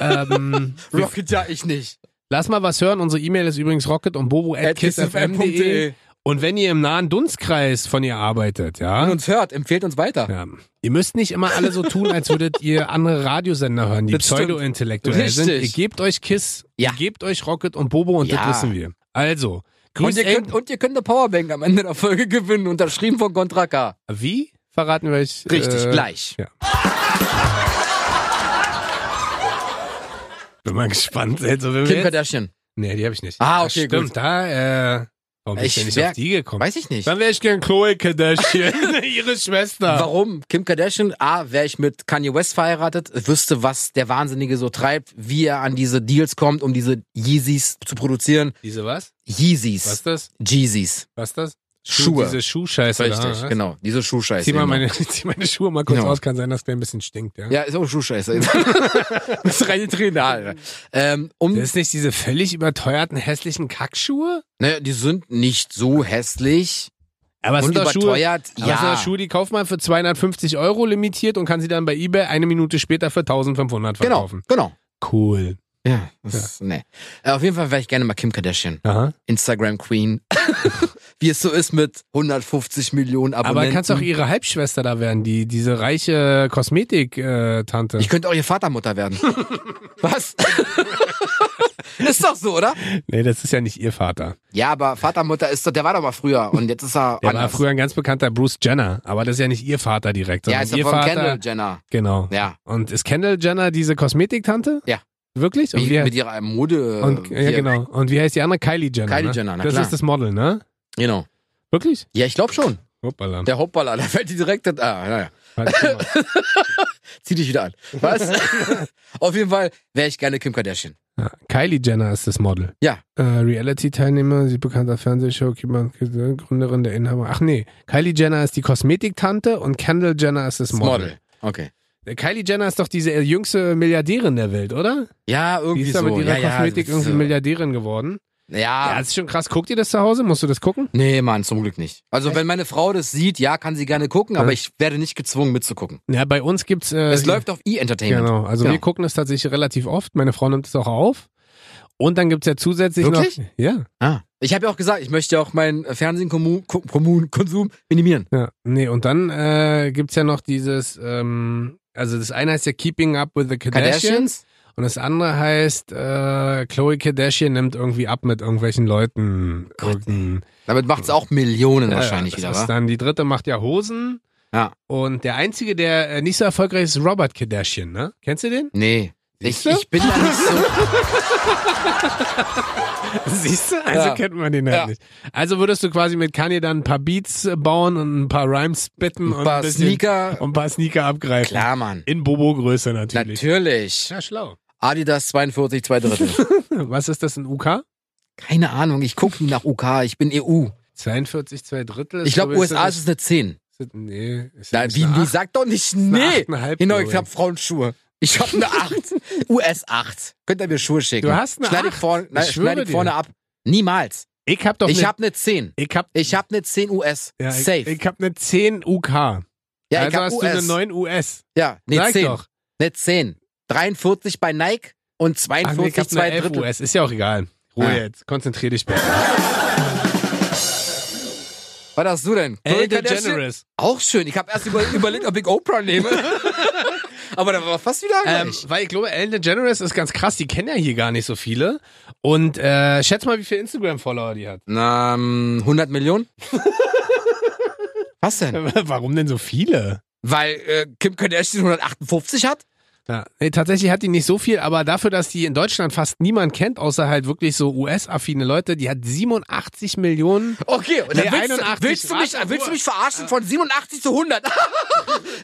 S1: Ähm, wir-
S2: Rocket ja ich nicht.
S1: Lass mal was hören. Unsere E-Mail ist übrigens rocket und bobo at E.
S2: E.
S1: kissfm.de. Und wenn ihr im nahen Dunstkreis von ihr arbeitet,
S2: Wenn
S1: ja,
S2: uns hört, empfehlt uns weiter.
S1: ja. Ihr müsst nicht immer alle so tun, als würdet ihr andere Radiosender hören, die
S2: Das stimmt.
S1: pseudo-intellektuell sind.
S2: Richtig.
S1: Ihr gebt euch Kiss,
S2: Ja.
S1: ihr gebt euch Rocket und Bobo und
S2: Ja.
S1: das wissen wir. Also,
S2: Und
S1: grüß
S2: ihr, könnt, und ihr könnt eine Powerbank am Ende der Folge gewinnen, unterschrieben von Contra K.
S1: Wie? Verraten wir euch.
S2: Richtig,
S1: äh,
S2: gleich.
S1: Bin mal gespannt. Also, wenn wir
S2: Kim
S1: jetzt,
S2: Kardashian.
S1: nee, die habe ich nicht.
S2: Ah, okay,
S1: Stimmt,
S2: gut.
S1: da, äh, warum bin ich,
S2: Ich
S1: denn nicht
S2: wär-
S1: auf die gekommen?
S2: Weiß ich nicht.
S1: Dann äh, wäre ich gern Chloe
S2: *laughs*
S1: Kardashian, *laughs* ihre Schwester.
S2: Warum? Kim Kardashian, A, wäre ich mit Kanye West verheiratet, wüsste, was der Wahnsinnige so treibt, wie er an diese Deals kommt, um diese Yeezys zu produzieren.
S1: Diese was? Was
S2: Yeezys.
S1: ist das?
S2: Jeezys.
S1: Was ist das?
S2: Schuhe.
S1: Diese Schuhscheiße da.
S2: Richtig,
S1: was?
S2: genau. Diese Schuhscheiße.
S1: Zieh mal,
S2: immer.
S1: meine, *laughs* zieh meine Schuhe mal kurz
S2: Genau.
S1: aus, kann sein, dass der ein bisschen stinkt, ja.
S2: ja, ist auch
S1: *laughs*
S2: Schuhscheiße. *laughs* Bist rein in Alter. Ähm, um,
S1: Das ist nicht diese völlig überteuerten, hässlichen Kackschuhe?
S2: naja, ne, die sind nicht so hässlich
S1: Aber es
S2: und
S1: sind doch Schuhe,
S2: überteuert.
S1: aber es sind
S2: ja.
S1: doch Schuhe, die kauft man für 250 Euro limitiert und kann sie dann bei Ebay eine Minute später für 1500
S2: genau,
S1: verkaufen.
S2: genau.
S1: Genau. Cool.
S2: Ja, das, nee. Äh, Auf jeden Fall wäre ich gerne mal Kim Kardashian.
S1: Aha.
S2: Instagram Queen. *laughs* Wie es so ist mit 150 Millionen Abonnenten.
S1: Aber kannst auch ihre Halbschwester da werden, die, diese reiche Kosmetik-Tante.
S2: ich könnte auch ihr Vatermutter werden.
S1: *laughs*
S2: Was? *laughs* ist doch so, oder?
S1: nee, das ist ja nicht ihr Vater.
S2: Ja, aber Vatermutter ist doch, der war doch mal früher und jetzt ist er
S1: Der war
S2: anders.
S1: früher ein ganz bekannter Bruce Jenner, aber das ist ja nicht ihr Vater direkt,
S2: ja,
S1: sondern
S2: ist er
S1: ihr
S2: von
S1: Vater.
S2: Kendall Jenner.
S1: Genau.
S2: Ja,
S1: Und ist Kendall Jenner diese Kosmetiktante?
S2: Ja.
S1: Wirklich? Und
S2: wie,
S1: wie,
S2: mit ihrer Mode.
S1: und, ja,
S2: hier.
S1: genau. Und wie heißt die andere? Kylie Jenner.
S2: Ähm, Kylie
S1: ne?
S2: Jenner, na
S1: Das
S2: klar.
S1: ist das Model, ne?
S2: Genau.
S1: Wirklich?
S2: Ja, ich glaube schon.
S1: Hoppala.
S2: *laughs* Der Hauptballer, da fällt die direkt. Ah, naja.
S1: Halt, guck mal.
S2: *laughs* Zieh dich wieder an.
S1: *laughs*
S2: Was? Auf jeden Fall wäre ich gerne Kim Kardashian.
S1: Ja, Kylie Jenner ist das Model.
S2: Ja.
S1: Äh, Reality-Teilnehmer, sie bekannter Fernsehshow, Kima- Gründerin der Inhaber. Ach nee, Kylie Jenner ist die Kosmetiktante und Kendall Jenner ist das
S2: Das
S1: Model.
S2: Model. Okay.
S1: Äh, Kylie Jenner ist doch diese äh, jüngste Milliardärin der Welt, oder?
S2: Ja,
S1: Die
S2: irgendwie
S1: ist
S2: so.
S1: da mit ihrer
S2: ja, ja,
S1: Kosmetik
S2: das ist
S1: irgendwie
S2: so. Ah.
S1: Milliardärin geworden. Ja,
S2: Ja.
S1: das ist schon krass. Guckt ihr das zu Hause? Musst du das gucken?
S2: Nee, Mann, zum Glück nicht. Also, wenn meine Frau das sieht, ja, kann sie gerne gucken, aber
S1: Ja.
S2: ich werde nicht gezwungen mitzugucken.
S1: Ja, bei uns gibt's. Äh,
S2: Es läuft auf E-Entertainment.
S1: Genau, also
S2: Genau.
S1: wir gucken das tatsächlich relativ oft. Meine Frau nimmt es auch auf. Und dann gibt's ja zusätzlich
S2: Wirklich?
S1: noch. Ja.
S2: Ah. Ich habe ja auch gesagt, ich möchte ja auch meinen äh, Fernsehkonsum minimieren.
S1: ja. Nee, und dann äh, gibt's ja noch dieses, ähm, also das eine heißt ja Keeping Up with the Kardashians,
S2: Kardashians?
S1: und das andere heißt, äh, Chloe Kardashian nimmt irgendwie ab mit irgendwelchen Leuten. Irgendein-
S2: Damit macht es auch Millionen
S1: Ja,
S2: wahrscheinlich
S1: das
S2: wieder,
S1: ist
S2: wa?
S1: dann Die dritte macht ja Hosen.
S2: Ja.
S1: Und der einzige, der äh, nicht so erfolgreich ist, ist Robert Kardashian, ne? Kennst du den?
S2: Nee.
S1: Siehst
S2: Ich,
S1: du?
S2: ich bin da nicht
S1: *laughs*
S2: so.
S1: Siehst du? Also
S2: Ja.
S1: kennt man den halt
S2: Ja.
S1: nicht. Also würdest du quasi mit Kanye dann ein paar Beats äh, bauen und ein paar Rhymes spitten und
S2: Ein paar
S1: bisschen,
S2: Sneaker.
S1: und ein paar Sneaker abgreifen.
S2: Klar, Mann.
S1: In Bobo-Größe natürlich.
S2: Natürlich.
S1: Ja, schlau.
S2: Adidas 42, zwei Drittel.
S1: *laughs* Was ist das in UK?
S2: Keine Ahnung, ich gucke nie nach UK, ich bin EU.
S1: 42, zwei Drittel.
S2: Ich glaube,
S1: So ist
S2: USA
S1: das-
S2: ist es eine 10.
S1: ist- Nee. Ist
S2: Na,
S1: ist
S2: wie,
S1: eine
S2: wie
S1: Acht.
S2: sag doch nicht,
S1: eine
S2: nee.
S1: Achteinhalb
S2: Genau, ich
S1: übrigens.
S2: hab Frauenschuhe. Ich hab
S1: *laughs*
S2: eine 8. US 8. Könnt ihr mir Schuhe schicken?
S1: Du hast eine
S2: schneid Ich
S1: Acht?
S2: vorne,
S1: Ich
S2: nein,
S1: schwöre
S2: schneid ich
S1: dir.
S2: vorne ab. Niemals.
S1: Ich hab doch
S2: ich
S1: eine,
S2: hab eine 10.
S1: ich hab,
S2: Ich hab eine 10 US.
S1: ja, ich,
S2: Safe.
S1: ich hab ne eine 10 UK.
S2: ja, ich
S1: also
S2: hab
S1: hast
S2: US.
S1: du eine 9 US.
S2: ja, nee,
S1: Sag
S2: 10.
S1: doch.
S2: Eine 10. 43 bei Nike und
S1: Ach nee, ich
S2: 42
S1: hab ne
S2: zwei
S1: eine 11
S2: Drittel.
S1: US. Ist ja auch egal. Ruhe
S2: Ah.
S1: jetzt. Konzentrier dich bitte.
S2: Was hast du denn?
S1: Ey,
S2: Chloe Kardashian?
S1: DeGeneres.
S2: Auch schön. Ich habe erst über, überlegt, ob ich
S1: *laughs*
S2: Oprah nehme. Aber da war fast wieder
S1: Ähm,
S2: gleich.
S1: weil ich glaube, Ellen DeGeneres ist ganz krass, die kennen ja hier gar nicht so viele. Und äh, schätz mal, wie viele Instagram-Follower die hat.
S2: Na, ähm, 100 Millionen? Was denn?
S1: *laughs* Warum denn so viele?
S2: Weil äh, Kim Kardashian 158 hat?
S1: Ja. Nee, tatsächlich hat die nicht so viel, aber dafür, dass die in Deutschland fast niemand kennt, außer halt wirklich so US-affine Leute, die hat 87 Millionen.
S2: Okay, und dann
S1: Nee,
S2: willst,
S1: 81.
S2: du, willst, du mich,
S1: Warte,
S2: willst du
S1: Ruhe.
S2: mich verarschen von 87 zu 100?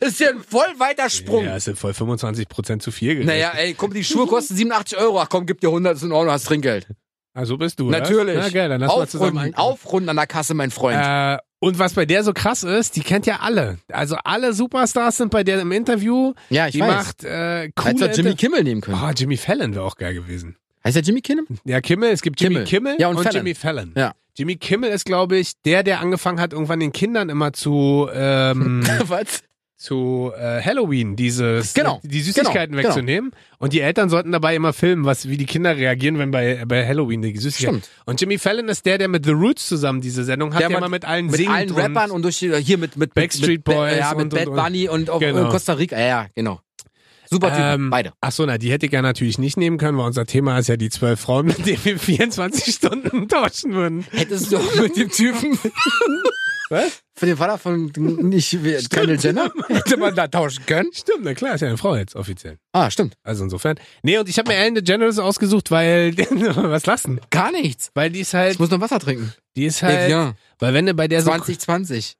S2: das *laughs* ist ja ein voll weiter Sprung.
S1: Ja, ist ja voll 25 Prozent zu viel gewesen.
S2: Naja, ey, komm, die Schuhe kosten 87 Euro. Ach komm, gib dir 100, ist in Ordnung, hast Trinkgeld.
S1: Ah, so bist du.
S2: Natürlich.
S1: Oder? Na geil, dann lass mal zusammen.
S2: aufrunden,
S1: einkaufen.
S2: aufrunden an der Kasse, mein Freund.
S1: Äh, und was bei der so krass ist, die kennt ja alle. Also alle Superstars sind bei der im Interview.
S2: ja, ich
S1: die
S2: weiß.
S1: macht äh,
S2: Hättest
S1: coole
S2: du Jimmy
S1: Inter-
S2: Kimmel nehmen können.
S1: Oh, Jimmy Fallon wäre auch geil gewesen.
S2: Heißt er Jimmy
S1: *laughs*
S2: Kimmel?
S1: Ja, Kimmel, es gibt Jimmy
S2: Kimmel.
S1: Kimmel,
S2: Ja, und Fallon.
S1: Jimmy Fallon.
S2: Ja.
S1: Jimmy
S2: Hm.
S1: Kimmel ist, glaube ich, der, der angefangen hat, irgendwann den Kindern immer zu ähm,
S2: *laughs* Was?
S1: zu äh, Halloween dieses äh,
S2: Genau,
S1: die Süßigkeiten
S2: genau, genau.
S1: wegzunehmen und die Eltern sollten dabei immer filmen, was wie die Kinder reagieren, wenn bei bei Halloween die Süßigkeiten.
S2: Stimmt.
S1: Und Jimmy Fallon ist der, der mit The Roots zusammen diese Sendung hat, der,
S2: Der
S1: immer
S2: mit-
S1: mit allen
S2: Mit
S1: singt
S2: allen Rappern und durch die, hier mit, mit
S1: Backstreet
S2: mit, Ba-
S1: Boys
S2: ja, mit
S1: und-
S2: Bad
S1: und-
S2: Bunny und auf
S1: Genau.
S2: in Costa Rica. Ja, ja, genau. Super Typen,
S1: Ähm,
S2: beide.
S1: Ach so, na, die hätte ich ja natürlich nicht nehmen können, weil unser Thema ist ja die zwölf Frauen, mit denen wir *laughs* 24 Stunden tauschen würden.
S2: Hättest du auch mit dem Typen,
S1: Was?
S2: für den Vater von nicht Kendall Jenner, *laughs* hätte man da tauschen können?
S1: Stimmt, na klar, ist ja eine Frau jetzt offiziell.
S2: Ah, stimmt.
S1: Also insofern. Nee, und ich habe mir Ellen DeGeneres ausgesucht, weil *laughs* was lassen?
S2: Gar nichts. Äh,
S1: Weil die ist halt,
S2: Ich muss noch Wasser trinken.
S1: die ist halt,
S2: ja.
S1: weil wenn du bei der so
S2: 2020.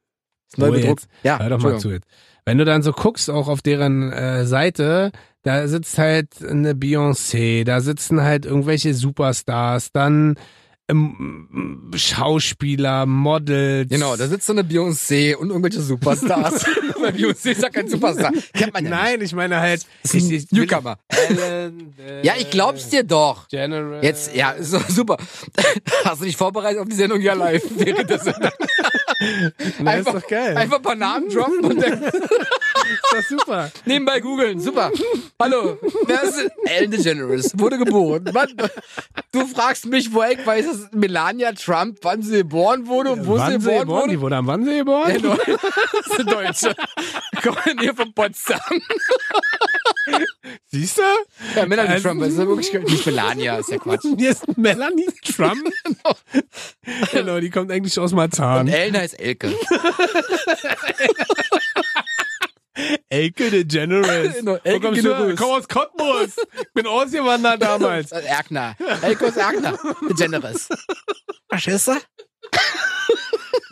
S2: Das
S1: Oh,
S2: neue
S1: jetzt.
S2: Druck. Ja,
S1: Hör doch mal zu
S2: Entschuldigung.
S1: jetzt. Wenn du dann so guckst, auch auf deren äh, Seite, da sitzt halt eine Beyoncé, da sitzen halt irgendwelche Superstars, dann ähm, Schauspieler, Models.
S2: Genau, da sitzt so eine Beyoncé und irgendwelche Superstars. *laughs* Weil Beyoncé ist ja kein Superstar. Kennt man ja
S1: Nein, ich meine halt.
S2: nicht. Ist ein Newcomer.
S1: Ellen, äh,
S2: Ja, ich glaub's dir doch.
S1: General.
S2: Jetzt, ja, ist doch super. *laughs* Hast du dich vorbereitet auf die Sendung ja live? Während der Sendung.
S1: Na, ist doch geil.
S2: Einfach ein paar Namen droppen und dann
S1: ist doch super.
S2: nebenbei googeln. Super. Hallo, wer ist Ellen DeGeneres? Wurde geboren. Wann, du fragst mich, woher ich weiß, dass Melania Trump, wann sie geboren wurde und wo sie
S1: Wannsee
S2: geboren
S1: geboren?
S2: wurde.
S1: Die wurde am Wannsee geboren?
S2: Ja, Neu- Das ist eine Deutsche. Kommen hier von Potsdam.
S1: Siehst du?
S2: Ja, Melanie
S1: Also-
S2: Trump, das ist ja wirklich nicht Melania, ist ja Quatsch.
S1: *laughs* Hier ist Melanie Trump. genau, die kommt eigentlich aus Marzahn.
S2: Ellen heißt Elke.
S1: Elke *laughs* DeGeneres.
S2: Genau,
S1: Wo
S2: Elke
S1: kommst du her?
S2: DeGeneres.
S1: Komm aus *laughs* Cottbus. Ich bin ausgewandert damals.
S2: Äh, Erkner. Elke ist Erkner. DeGeneres. Verstehst du?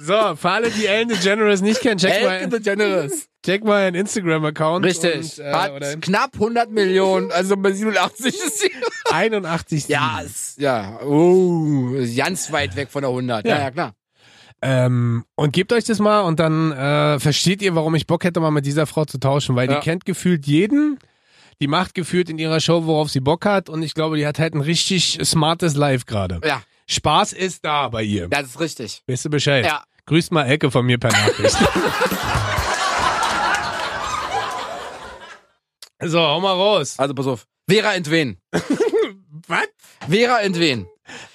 S1: So, für alle, die Ellen DeGeneres nicht kennen, check
S2: Elke
S1: mal,
S2: DeGeneres.
S1: check mal ihren Instagram-Account.
S2: Richtig.
S1: Und, äh,
S2: Hat
S1: oder *laughs*
S2: knapp 100 Millionen, also bei 87 ist sie.
S1: 81.
S2: Ja, Ah, ist, ja. Oh, ist ganz weit weg von der 100. Ja,
S1: Ja.
S2: ja, klar.
S1: Ähm, und gebt euch das mal und dann äh, versteht ihr, warum ich Bock hätte, mal mit dieser Frau zu tauschen, weil
S2: Ja.
S1: die kennt gefühlt jeden. Die macht gefühlt in ihrer Show, worauf sie Bock hat. Und ich glaube, die hat halt ein richtig smartes Live gerade.
S2: Ja,
S1: Spaß ist da bei ihr.
S2: das ist richtig.
S1: Weißt du Bescheid?
S2: Ja.
S1: Grüßt mal Elke von mir per
S2: *laughs*
S1: Nachricht. so, hau mal raus.
S2: Also pass auf. Vera Entwen.
S1: Was?
S2: Vera Entwen.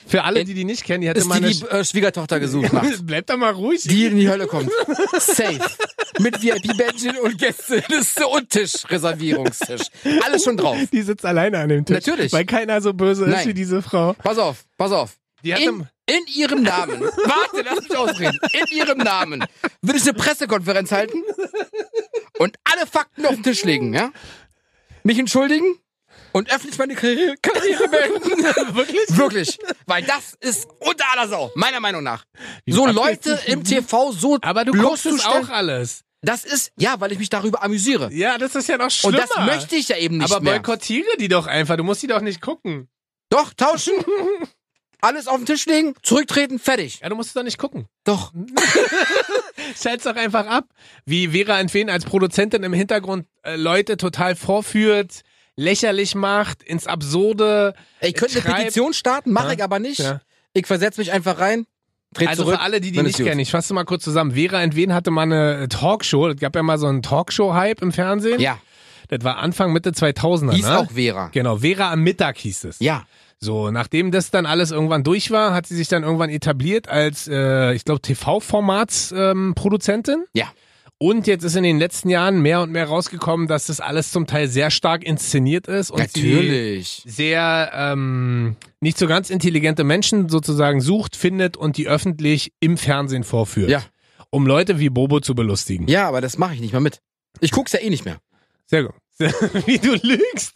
S1: Für alle, die die nicht kennen, die hätte
S2: Äh, Ist
S1: mal
S2: die,
S1: eine...
S2: die äh, Schwiegertochter *laughs* gesucht
S1: *laughs*
S2: hat.
S1: Sch- Bleib doch mal ruhig.
S2: die in die Hölle kommt. Safe. Mit VIP-Bändchen und Gästeliste und Tisch, Reservierungstisch. Alles schon drauf.
S1: Die sitzt alleine an dem Tisch.
S2: Natürlich.
S1: Weil keiner so böse ist
S2: Nein.
S1: wie diese Frau.
S2: Pass auf, pass auf.
S1: Die hat
S2: In,
S1: im-
S2: in
S1: *laughs*
S2: ihrem Namen. Warte, lass mich ausreden. In ihrem Namen. Würde ich eine Pressekonferenz halten und alle Fakten auf den Tisch legen, ja? Mich entschuldigen und öffentlich meine Karriere, Karriere
S1: *laughs*
S2: beenden.
S1: Wirklich?
S2: Wirklich. Weil das ist unter aller Sau, meiner Meinung nach.
S1: Wieso
S2: So
S1: habt ihr
S2: Leute
S1: jetzt nicht-
S2: im TV so
S1: Aber du guckst es
S2: bloßzustellen,
S1: auch alles.
S2: Das ist, ja, weil ich mich darüber amüsiere.
S1: Ja, das ist ja noch
S2: Und
S1: schlimmer.
S2: das möchte ich ja eben nicht
S1: Aber
S2: mehr.
S1: boykottiere die doch einfach. Du musst die doch nicht gucken.
S2: Doch,
S1: *laughs*
S2: tauschen. Alles auf den Tisch legen, zurücktreten, fertig.
S1: Ja, du musst es doch nicht gucken.
S2: Doch.
S1: Schalt's doch einfach ab. Wie Vera Entwen als Produzentin im Hintergrund äh, Leute total vorführt, lächerlich macht, ins Absurde.
S2: Ich könnte eine
S1: Schreib-
S2: Petition starten, mache
S1: Ja,
S2: ich aber nicht.
S1: ja.
S2: Ich versetze mich einfach rein, trete
S1: Also
S2: zurück.
S1: für alle, die die
S2: dann
S1: nicht
S2: ist gut.
S1: kennen, ich fasse mal kurz zusammen. Vera Entwen hatte mal eine äh, Talkshow. Es gab ja mal so einen Talkshow-Hype im Fernsehen.
S2: Ja,
S1: Das war Anfang, Mitte 2000er.
S2: hieß
S1: ne?
S2: auch Vera.
S1: Genau, Vera am Mittag hieß es.
S2: Ja,
S1: So, nachdem das dann alles irgendwann durch war, hat sie sich dann irgendwann etabliert als, äh, ich glaube, TV-Formats-Produzentin.
S2: ja.
S1: ähm, Und jetzt ist in den letzten Jahren mehr und mehr rausgekommen, dass das alles zum Teil sehr stark inszeniert ist und sie
S2: Natürlich.
S1: sehr ähm, nicht so ganz intelligente Menschen sozusagen sucht, findet und die öffentlich im Fernsehen vorführt.
S2: Ja.
S1: Um Leute wie Bobo zu belustigen.
S2: Ja, aber das mache ich nicht mal mit. Ich guck's ja eh nicht mehr.
S1: Sehr *laughs* gut. Wie du lügst,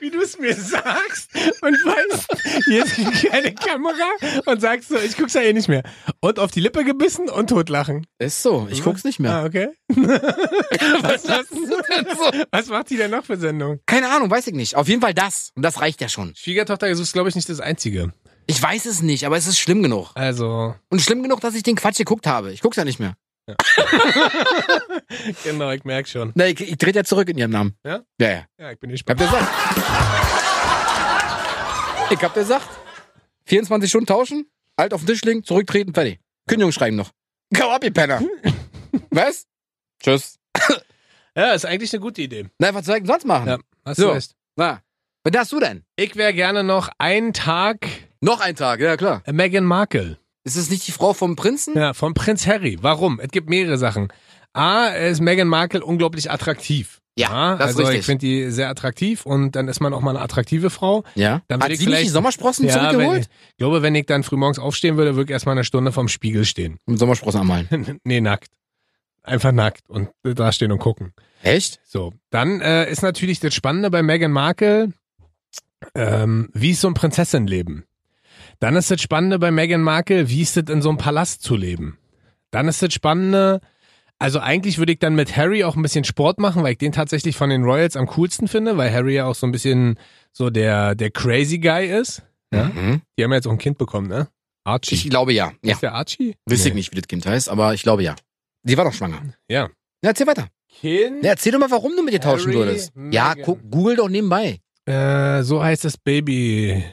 S1: wie du es mir sagst und weißt, hier ist keine Kamera und sagst so, ich guck's ja eh nicht mehr. Und auf die Lippe gebissen und totlachen.
S2: Ist so, ich guck's nicht *laughs* mehr.
S1: Ah, *laughs* okay. was, was, was macht die denn noch für Sendung?
S2: Keine Ahnung, weiß ich nicht. Auf jeden Fall das. Und das reicht ja schon.
S1: Schwiegertochter ist, glaube ich, nicht das Einzige.
S2: Ich weiß es nicht, aber es ist schlimm genug.
S1: Also,
S2: Und schlimm genug, dass ich den Quatsch geguckt habe. Ich guck's ja nicht mehr.
S1: genau, ich merk schon.
S2: Na, ich, ich trete ja zurück in ihrem Namen.
S1: Ja?
S2: Ja, ja.
S1: Ja, ich bin
S2: Ich hab
S1: gespannt.
S2: dir gesagt. Ich hab dir gesagt. 24 Stunden tauschen, alt auf den Tisch legen, zurücktreten, fertig.
S1: *laughs*
S2: Kündigung schreiben noch. Go ab, ihr Penner. Was? Tschüss.
S1: Ja, ist eigentlich eine gute Idee.
S2: Na, was soll ich denn sonst machen?
S1: Ja, hast
S2: So.
S1: du recht.
S2: Na, was darfst du denn?
S1: Ich wäre gerne noch einen Tag
S2: Noch ein Tag, ja klar.
S1: Meghan Markle.
S2: Ist es nicht die Frau vom Prinzen?
S1: Ja, vom Prinz Harry. Warum? Es gibt mehrere Sachen. A, ist Meghan Markle unglaublich attraktiv.
S2: Ja, das ist
S1: also
S2: richtig.
S1: ich finde die sehr attraktiv und dann ist man auch mal eine attraktive Frau.
S2: Ja.
S1: Dann
S2: Hat
S1: will ich
S2: sie nicht die
S1: vielleicht-
S2: Sommersprossen
S1: wenn,
S2: zurückgeholt?
S1: ich glaube, wenn ich dann frühmorgens aufstehen würde, würde ich erstmal eine Stunde vorm Spiegel stehen.
S2: Mit Sommersprossen anmalen.
S1: *laughs* nee, nackt. Einfach nackt und da stehen und gucken.
S2: Echt?
S1: So, dann äh, ist natürlich das Spannende bei Meghan Markle, ähm, wie ist so ein Prinzessinleben? Dann ist das Spannende bei Meghan Markle, wie ist es in so einem Palast zu leben? Dann ist das Spannende, also eigentlich würde ich dann mit Harry auch ein bisschen Sport machen, weil ich den tatsächlich von den Royals am coolsten finde, weil Harry ja auch so ein bisschen so der, der Crazy Guy ist. Ja?
S2: Mhm.
S1: Die haben ja jetzt auch ein Kind bekommen, ne? Archie.
S2: Ich glaube ja. Ja.
S1: Ist der Archie?
S2: Wüsste ich nicht, wie das Kind heißt, aber ich glaube ja. Sie war doch schwanger.
S1: Ja.
S2: Ja, erzähl weiter.
S1: Kind?
S2: Ja, Ne, erzähl doch mal, warum du mit ihr tauschen
S1: Harry,
S2: würdest. Ja,
S1: Meghan.
S2: guck, google doch nebenbei.
S1: Äh, so heißt das Baby.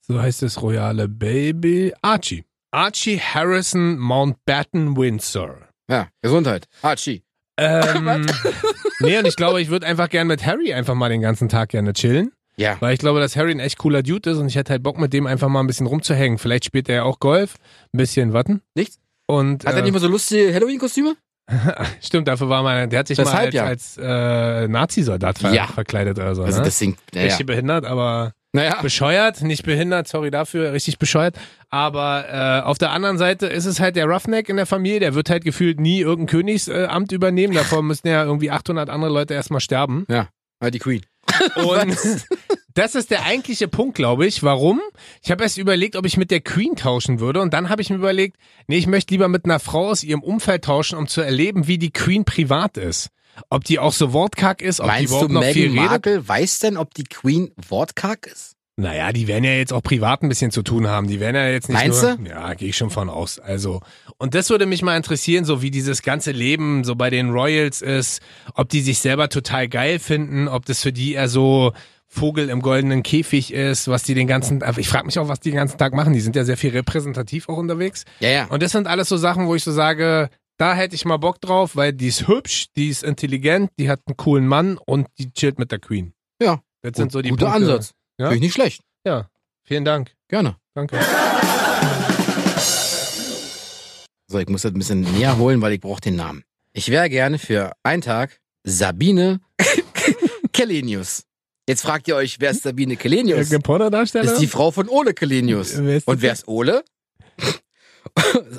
S1: So heißt das royale Baby. Archie. Archie Harrison Mountbatten Windsor.
S2: Ja, Gesundheit. Archie.
S1: Ähm, nee, und ich glaube, ich würde einfach gern mit Harry einfach mal den ganzen Tag gerne chillen.
S2: Ja.
S1: Weil ich glaube, dass Harry ein echt cooler Dude ist und ich hätte halt Bock, mit dem einfach mal ein bisschen rumzuhängen. Vielleicht spielt er ja auch Golf, ein bisschen Watten.
S2: Nichts?
S1: Und,
S2: Hat er nicht
S1: äh,
S2: mal so lustige Halloween-Kostüme?
S1: stimmt, dafür war mal, der hat sich
S2: Weshalb
S1: mal als, als äh, Nazi-Soldat ver
S2: Ja.
S1: verkleidet oder so.
S2: Also
S1: ne?
S2: deswegen, naja.
S1: Richtig behindert, aber
S2: naja.
S1: bescheuert, nicht behindert, sorry dafür, richtig bescheuert. Aber äh, auf der anderen Seite ist es halt der Roughneck in der Familie, der wird halt gefühlt nie irgendein Königsamt äh, Amt übernehmen. Davor müssen ja irgendwie 800 andere Leute erstmal sterben.
S2: Ah, Die Queen.
S1: Und *laughs* das ist der eigentliche Punkt, glaube ich. Warum? Ich habe erst überlegt, ob ich mit der Queen tauschen würde. Und dann habe ich mir überlegt, nee, ich möchte lieber mit einer Frau aus ihrem Umfeld tauschen, um zu erleben, wie die Queen privat ist. Ob die auch so wortkack ist, ob die
S2: Meinst du,
S1: überhaupt noch viel redet.
S2: Meghan Markle weiß denn, ob die Queen wortkarg ist?
S1: Naja, die werden ja jetzt auch privat ein bisschen zu tun haben. Die werden ja jetzt nicht
S2: Meinst
S1: nur...
S2: du?
S1: Ja, gehe ich schon von aus. Also, und das würde mich mal interessieren, so wie dieses ganze Leben so bei den Royals ist, ob die sich selber total geil finden, ob das für die eher so Vogel im goldenen Käfig ist, was die den ganzen... also Ich frage mich auch, was die den ganzen Tag machen. Die sind ja sehr viel repräsentativ auch unterwegs.
S2: Ja, ja.
S1: Und das sind alles so Sachen, wo ich so sage... Da hätte ich mal Bock drauf, weil die ist hübsch, die ist intelligent, die hat einen coolen Mann und die chillt mit der Queen.
S2: Ja.
S1: Das sind so die
S2: Guter
S1: Punkte.
S2: Ansatz.
S1: Ja.
S2: Finde ich nicht schlecht.
S1: Ja, vielen Dank.
S2: Gerne.
S1: *laughs* Danke.
S2: So, ich muss das ein bisschen näher holen, weil ich brauche den Namen. Ich wäre gerne für einen Tag *laughs* Sabine Kelenius. Jetzt fragt ihr euch, wer ist Sabine Kelenius?
S1: Pornodarsteller?
S2: Ist die Frau von Ole Kelenius.
S1: Wer ist das?
S2: Und wer ist Ole? *laughs*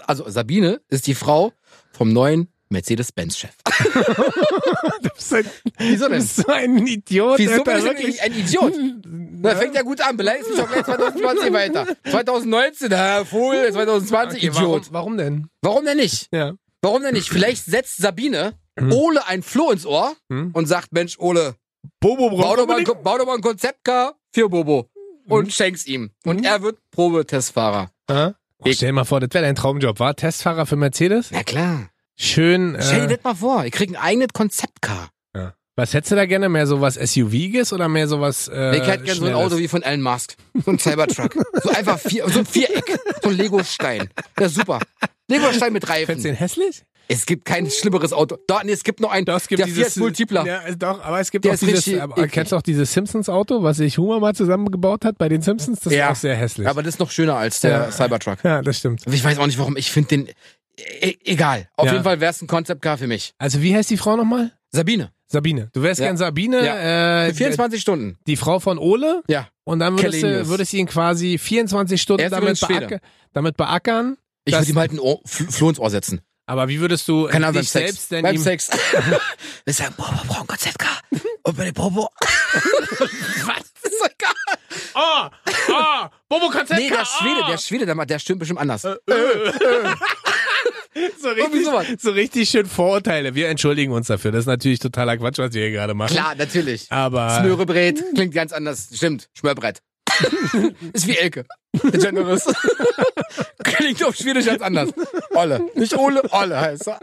S2: Also Sabine ist die Frau vom neuen Mercedes-Benz-Chef.
S1: du bist ein,
S2: Wieso
S1: du
S2: denn?
S1: bist *laughs* so ein Idiot.
S2: *laughs* Wieso
S1: Alter,
S2: bin ich
S1: wirklich?
S2: wirklich ein Idiot? *laughs*
S1: *laughs*
S2: Na, fängt ja gut an. Beleidigt mich doch gleich 2020 *laughs* weiter. 2019, Herr *laughs* Vogel, 2020,
S1: Okay,
S2: Idiot.
S1: Warum, warum denn?
S2: Warum denn nicht?
S1: Ja.
S2: Warum denn nicht? Vielleicht setzt Sabine Ole ein Floh ins Ohr
S1: Hm?
S2: und sagt, Mensch, Ole,
S1: Bobo braucht
S2: bau doch mal, ein
S1: unbedingt-
S2: Ko- bau doch mal ein Konzeptcar für Bobo und schenk's ihm. Und
S1: Mhm.
S2: er wird Probetestfahrer.
S1: Hä? Oh,
S2: Ich-
S1: stell dir mal vor, das wäre dein Traumjob, war Testfahrer für Mercedes?
S2: Na klar.
S1: Schön.
S2: Stell dir
S1: Äh,
S2: das mal vor, ich krieg ein eigenes Konzeptcar.
S1: ja. Was hättest du da gerne? Mehr sowas SUViges oder mehr sowas. Äh,
S2: ich hätte gerne so ein
S1: Schnelles?
S2: Auto wie von Elon Musk. So ein Cybertruck. so einfach vier, so ein Viereck. So ein Legostein. Ja, super. Legostein mit
S1: Findest du
S2: Reifen.
S1: den hässlich?
S2: Es gibt kein schlimmeres Auto. Da, nee, es gibt noch einen.
S1: Doch, es gibt
S2: der
S1: dieses,
S2: Fiat Multipler.
S1: Ja, äh, doch, aber es gibt
S2: Der
S1: auch
S2: ist
S1: dieses.
S2: richtig
S1: aber,
S2: eklig.
S1: kennst du auch dieses Simpsons-Auto, was sich Humor mal zusammengebaut hat bei den Simpsons? Das ist
S2: Ja.
S1: auch sehr hässlich.
S2: Aber das ist noch schöner als der
S1: Ja.
S2: Cybertruck.
S1: ja, das stimmt.
S2: Ich weiß auch nicht warum. Ich finde den. E egal. Auf
S1: Ja.
S2: jeden Fall wäre es ein Konzeptcar für mich.
S1: Also, wie heißt die Frau nochmal?
S2: Sabine.
S1: Sabine. Du wärst
S2: Ja.
S1: gern Sabine, äh,
S2: Für 24 Stunden.
S1: die Frau von Ole.
S2: Ja.
S1: Und dann würdest du,
S2: Kellenius.
S1: würdest du ihn quasi 24 Stunden
S2: Er ist
S1: damit,
S2: übrigens Schwede.
S1: beacker, damit beackern.
S2: Ich
S1: Das-
S2: würde ihm halt ein Ohr, Fl- Floh ins Ohr setzen.
S1: Aber wie würdest du
S2: Keine Ahnung, beim
S1: dich
S2: Sex.
S1: selbst denn
S2: Beim
S1: ihm...
S2: Sex.
S1: *laughs*
S2: Wir sagen, boah, wir brauchen ein Konzeptcar. Und bei dem Bobo. *laughs* Was? Das ist doch egal.
S1: Oh! Oh! Bobo Ah! Konzept!
S2: Nee, der Äh, Schwede, der Schwede, der, macht- der stimmt bestimmt anders.
S1: so,
S2: irgendwie sowas.
S1: richtig, so richtig schön Vorurteile. Wir entschuldigen uns dafür. Das ist natürlich totaler Quatsch, was wir hier gerade machen.
S2: Klar, natürlich.
S1: Aber...
S2: Smörebrett klingt ganz anders. Stimmt, Schmörbrett. *laughs* ist wie Elke. Der Generous. *laughs* klingt auf Schwedisch ganz anders. Olle. Nicht Ole, Olle heißt er.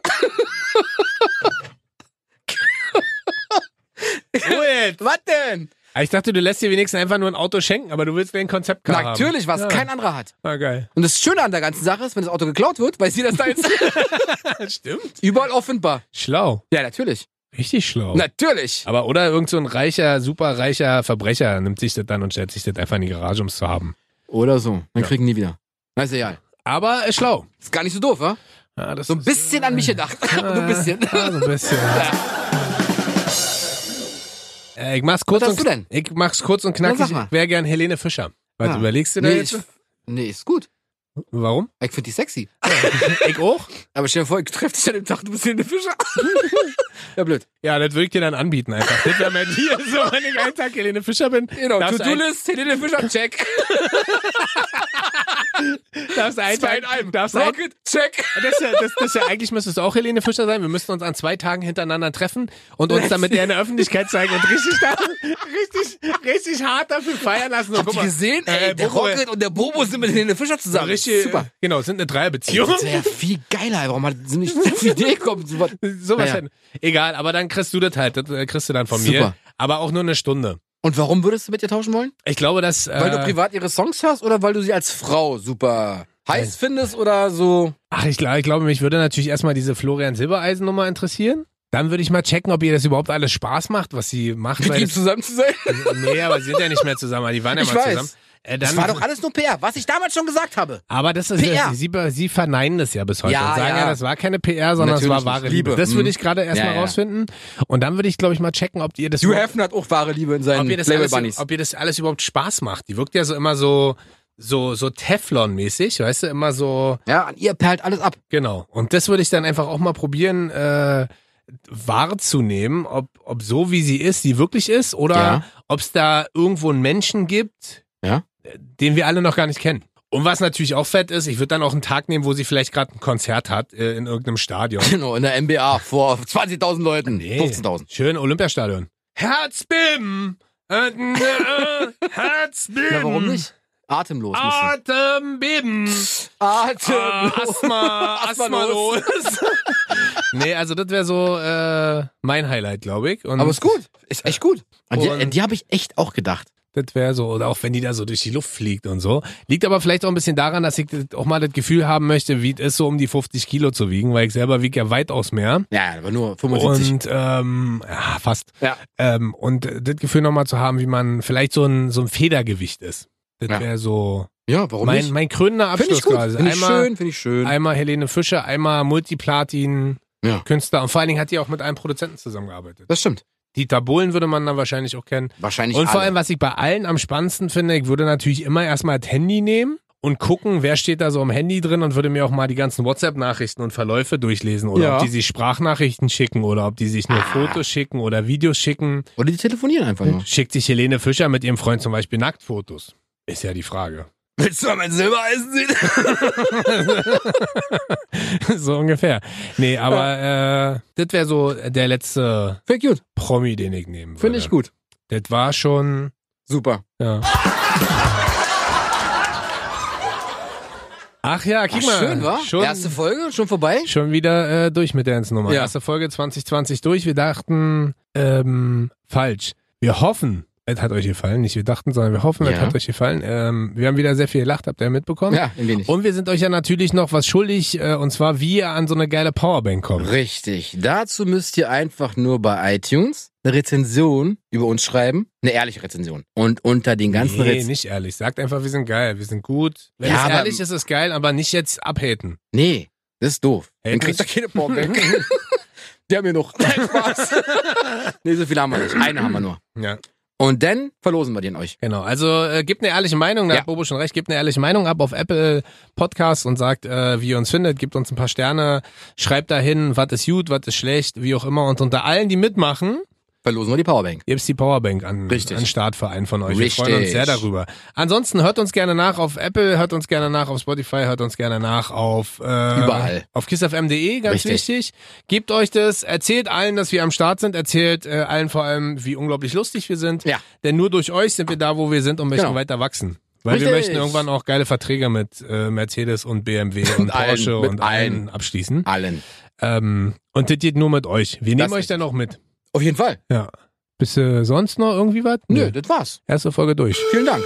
S1: Gut.
S2: Was denn?
S1: Ich dachte, du lässt dir wenigstens einfach nur ein Auto schenken, aber du willst mir ein Konzept haben.
S2: Natürlich, was
S1: ja.
S2: kein anderer hat.
S1: Ah,
S2: *laughs*
S1: geil.
S2: Und das Schöne an der ganzen Sache ist, wenn das *laughs* Auto geklaut wird, weiß jeder, dass da jetzt
S1: Stimmt.
S2: überall offenbar.
S1: Schlau.
S2: Ja, natürlich.
S1: Richtig schlau.
S2: Oh. Natürlich.
S1: Aber oder irgend so ein reicher, superreicher Verbrecher nimmt sich das dann und stellt sich das einfach in die Garage, um es zu haben.
S2: Oder so. Dann
S1: Ja.
S2: kriegen die wieder. Na, ist egal.
S1: Aber äh, schlau.
S2: Ist gar nicht so doof, wa?
S1: Ja, das
S2: So ein
S1: ist,
S2: bisschen an mich gedacht. *laughs*
S1: äh,
S2: Nur ein bisschen.
S1: *laughs* Ja, so ein bisschen. Äh, ich mach's kurz
S2: Was
S1: und
S2: hast du denn?
S1: Ich mach's kurz und
S2: Na,
S1: knackig.
S2: sag mal.
S1: Ich wäre gern Helene Fischer. Was
S2: Ah.
S1: überlegst du da
S2: Nee,
S1: jetzt?
S2: ich, nee, ist gut.
S1: Warum?
S2: Ich finde die sexy.
S1: ich auch?
S2: Aber stell dir vor, ich treffe dich an dem Tag, du bist hier eine Fischer. ja, blöd.
S1: Ja, das würde ich dir dann anbieten einfach. Das wäre mein Deal. *laughs* So, wenn ich einen Tag Helene Fischer bin,
S2: Genau,
S1: darfst, du ein,
S2: To-Do-List, Helene Fischer, check.
S1: darfst, du einen
S2: Zwei in
S1: Tag,
S2: einem.
S1: darfst du einen
S2: Rocket, check.
S1: Das ist, ja, das, das ist ja eigentlich müsste es auch Helene Fischer sein. Wir müssten uns an zwei Tagen hintereinander treffen und uns dann mit der in der Öffentlichkeit zeigen und richtig, da, richtig, richtig hart dafür feiern lassen. Und
S2: Habt ihr gesehen? Ey,
S1: äh,
S2: der
S1: Bobo-
S2: Rocket und der Bobo sind mit Helene Fischer zusammen.
S1: richtig,
S2: Super.
S1: Genau, es sind eine Dreierbeziehung.
S2: Das wäre ja viel geiler. Warum hat sie nicht auf die Idee gekommen? Super.
S1: Sowas
S2: Naja.
S1: halt. Egal, aber dann kriegst du das halt. Das äh, kriegst du dann von mir.
S2: Super.
S1: Aber auch nur eine Stunde.
S2: Und warum würdest du mit ihr tauschen wollen?
S1: Ich glaube, dass. Äh,
S2: Weil du privat ihre Songs hörst oder weil du sie als Frau super heiß findest oder so?
S1: Ach, ich, glaub- ich glaube, mich würde natürlich erstmal diese Florian Silbereisen-Nummer interessieren. Dann würde ich mal checken, ob ihr das überhaupt alles Spaß macht, was sie macht.
S2: Mit
S1: weil
S2: ihm
S1: das,
S2: zusammen zu sein?
S1: nee, aber sie sind ja nicht mehr zusammen. aber Die waren ja
S2: Ich
S1: mal
S2: weiß.
S1: zusammen. Äh, dann,
S2: Das war doch alles nur PR, was ich damals schon gesagt habe.
S1: Aber das ist
S2: PR.
S1: Sie, sie verneinen das ja bis heute
S2: Ja,
S1: und sagen ja.
S2: ja.
S1: das war keine PR, sondern
S2: Natürlich
S1: es war wahre
S2: nicht.
S1: Liebe.
S2: Liebe.
S1: Das
S2: Mhm.
S1: würde ich gerade erstmal
S2: Ja, ja.
S1: rausfinden. Und dann würde ich, glaube ich, mal checken, ob ihr das,
S2: Hugh
S1: überhaupt-
S2: Hefner hat auch wahre Liebe in
S1: ob
S2: seinen
S1: ihr das,
S2: Label Bunnies.
S1: alles, ob ihr das alles überhaupt Spaß macht. Die wirkt ja so immer so, so, so Teflon-mäßig, weißt du, immer so,
S2: Ja, an ihr perlt alles ab.
S1: genau. Und das würde ich dann einfach auch mal probieren, äh, wahrzunehmen, ob, ob so wie sie ist, die wirklich ist, oder
S2: Ja.
S1: ob es da irgendwo einen Menschen gibt, äh,
S2: Ja.
S1: den wir alle noch gar nicht kennen. Und was natürlich auch fett ist, ich würde dann auch einen Tag nehmen, wo sie vielleicht gerade ein Konzert hat äh, in irgendeinem
S2: *laughs*
S1: Stadion.
S2: Genau, in der MBA vor 20.000 Leuten. 15.000.
S1: Schön Olympiastadion. Herzbim! Äh,
S2: *laughs*
S1: äh, Herzbim!
S2: Na, warum nicht? Atemlos. müssen.
S1: Atembeben! Ah,
S2: Atemlos. *laughs*
S1: Asthma, Asthma los.
S2: Asthmalos.
S1: *laughs* nee, also das wäre so äh, mein Highlight, glaube ich. Und
S2: Aber ist gut. Ist echt gut. An die,
S1: Und-
S2: an die habe ich echt auch gedacht.
S1: Das wäre so, oder auch wenn die da so durch die Luft fliegt und so. Liegt aber vielleicht auch ein bisschen daran, dass ich das auch mal das Gefühl haben möchte, wie es ist, so um die 50 Kilo zu wiegen, weil ich selber wiege ja weitaus mehr.
S2: Ja, aber nur 75.
S1: Und ähm, ja, fast.
S2: Ja.
S1: Ähm, und äh, das Gefühl nochmal zu haben, wie man vielleicht so ein, so ein Federgewicht ist. Das
S2: Ja.
S1: wäre so
S2: ja, warum
S1: mein,
S2: nicht?
S1: mein krönender
S2: Finde
S1: Abschluss
S2: ich gut.
S1: quasi.
S2: Finde ich
S1: einmal,
S2: schön, finde ich schön.
S1: einmal Helene Fischer, einmal
S2: Ja.
S1: Multiplatin-Künstler. Und vor allen Dingen hat die auch mit einem Produzenten zusammengearbeitet.
S2: Das stimmt.
S1: Dieter Bohlen würde man dann wahrscheinlich auch kennen.
S2: Wahrscheinlich
S1: Und vor
S2: alle.
S1: allem, was ich bei allen am spannendsten finde, ich würde natürlich immer erstmal das Handy nehmen und gucken, wer steht da so am Handy drin und würde mir auch mal die ganzen WhatsApp-Nachrichten und Verläufe durchlesen oder
S2: Ja.
S1: ob die sich Sprachnachrichten schicken oder ob die sich nur
S2: Ah.
S1: Fotos schicken oder Videos schicken.
S2: Oder die telefonieren
S1: *laughs*
S2: einfach nur.
S1: Schickt sich Helene Fischer mit ihrem Freund zum Beispiel Nacktfotos? Ist ja die Frage. *laughs*
S2: Willst du mal mein Silbereisen sehen?
S1: so ungefähr. Nee,
S2: *laughs*
S1: aber äh, das wäre so der letzte
S2: Finde ich gut.
S1: Promi, den ich nehmen würde.
S2: Finde ich gut.
S1: Das war schon,
S2: Super.
S1: ja. Ach ja, guck mal.
S2: schön, wa?
S1: Schon,
S2: Erste Folge, schon vorbei?
S1: schon wieder äh, durch mit der ganzen Nummer.
S2: Ja.
S1: Erste Folge 2020 durch. Wir dachten, ähm, falsch. Wir hoffen, es hat euch gefallen. Nicht wir dachten, sondern wir hoffen, es
S2: Ja.
S1: hat euch gefallen. Ähm, wir haben wieder sehr viel gelacht, habt ihr mitbekommen?
S2: Ja, ein wenig.
S1: Und wir sind euch ja natürlich noch was schuldig, äh, und zwar wie ihr an so eine geile Powerbank kommt.
S2: Richtig. Dazu müsst ihr einfach nur bei iTunes eine Rezension über uns schreiben. Eine ehrliche Rezension. Und unter den ganzen
S1: nee,
S2: Rezensionen.
S1: nicht ehrlich. Sagt einfach, wir sind geil, wir sind gut. Wenn
S2: Ja,
S1: es
S2: aber-
S1: ehrlich ist, ist es geil, aber nicht jetzt abhaten.
S2: Nee, das ist doof.
S1: Hey,
S2: Dann
S1: das-
S2: kriegt er keine Powerbank. *laughs* Die haben wir noch. Nein, Spaß. *laughs* nee, so viele haben wir nicht. Eine haben wir nur.
S1: Ja,
S2: Und dann verlosen wir die an euch.
S1: genau. Also äh, gebt eine ehrliche Meinung, da
S2: Ja.
S1: hat Bobo schon recht, gebt eine ehrliche Meinung ab auf Apple Podcasts und sagt, äh, wie ihr uns findet, gebt uns ein paar Sterne, schreibt dahin, was ist gut, was ist schlecht, wie auch immer. Und unter allen, die mitmachen,
S2: Verlosen wir die Powerbank.
S1: Ihr habt die Powerbank an,
S2: Richtig.
S1: an Startverein von euch. Wir
S2: Richtig.
S1: freuen uns sehr darüber. Ansonsten hört uns gerne nach auf Apple, hört uns gerne nach auf Spotify, hört uns gerne nach auf äh,
S2: Überall.
S1: auf kissfm.de, ganz
S2: Richtig.
S1: wichtig. Gebt euch das, erzählt allen, dass wir am Start sind, erzählt äh, allen vor allem, wie unglaublich lustig wir sind.
S2: Ja.
S1: Denn nur durch euch sind wir da, wo wir sind und möchten
S2: Genau.
S1: weiter wachsen. Weil wir
S2: Richtig.
S1: möchten irgendwann auch geile Verträge mit äh, Mercedes und BMW und
S2: Mit allen,
S1: Porsche
S2: mit
S1: und allen
S2: allen.
S1: abschließen.
S2: Allen.
S1: Ähm, und das geht nur mit euch. Wir
S2: Das
S1: nehmen euch
S2: richtig.
S1: dann auch mit.
S2: Auf jeden Fall.
S1: Ja. Bist du sonst noch irgendwie was?
S2: Nö, das war's.
S1: Erste Folge durch.
S2: Vielen Dank.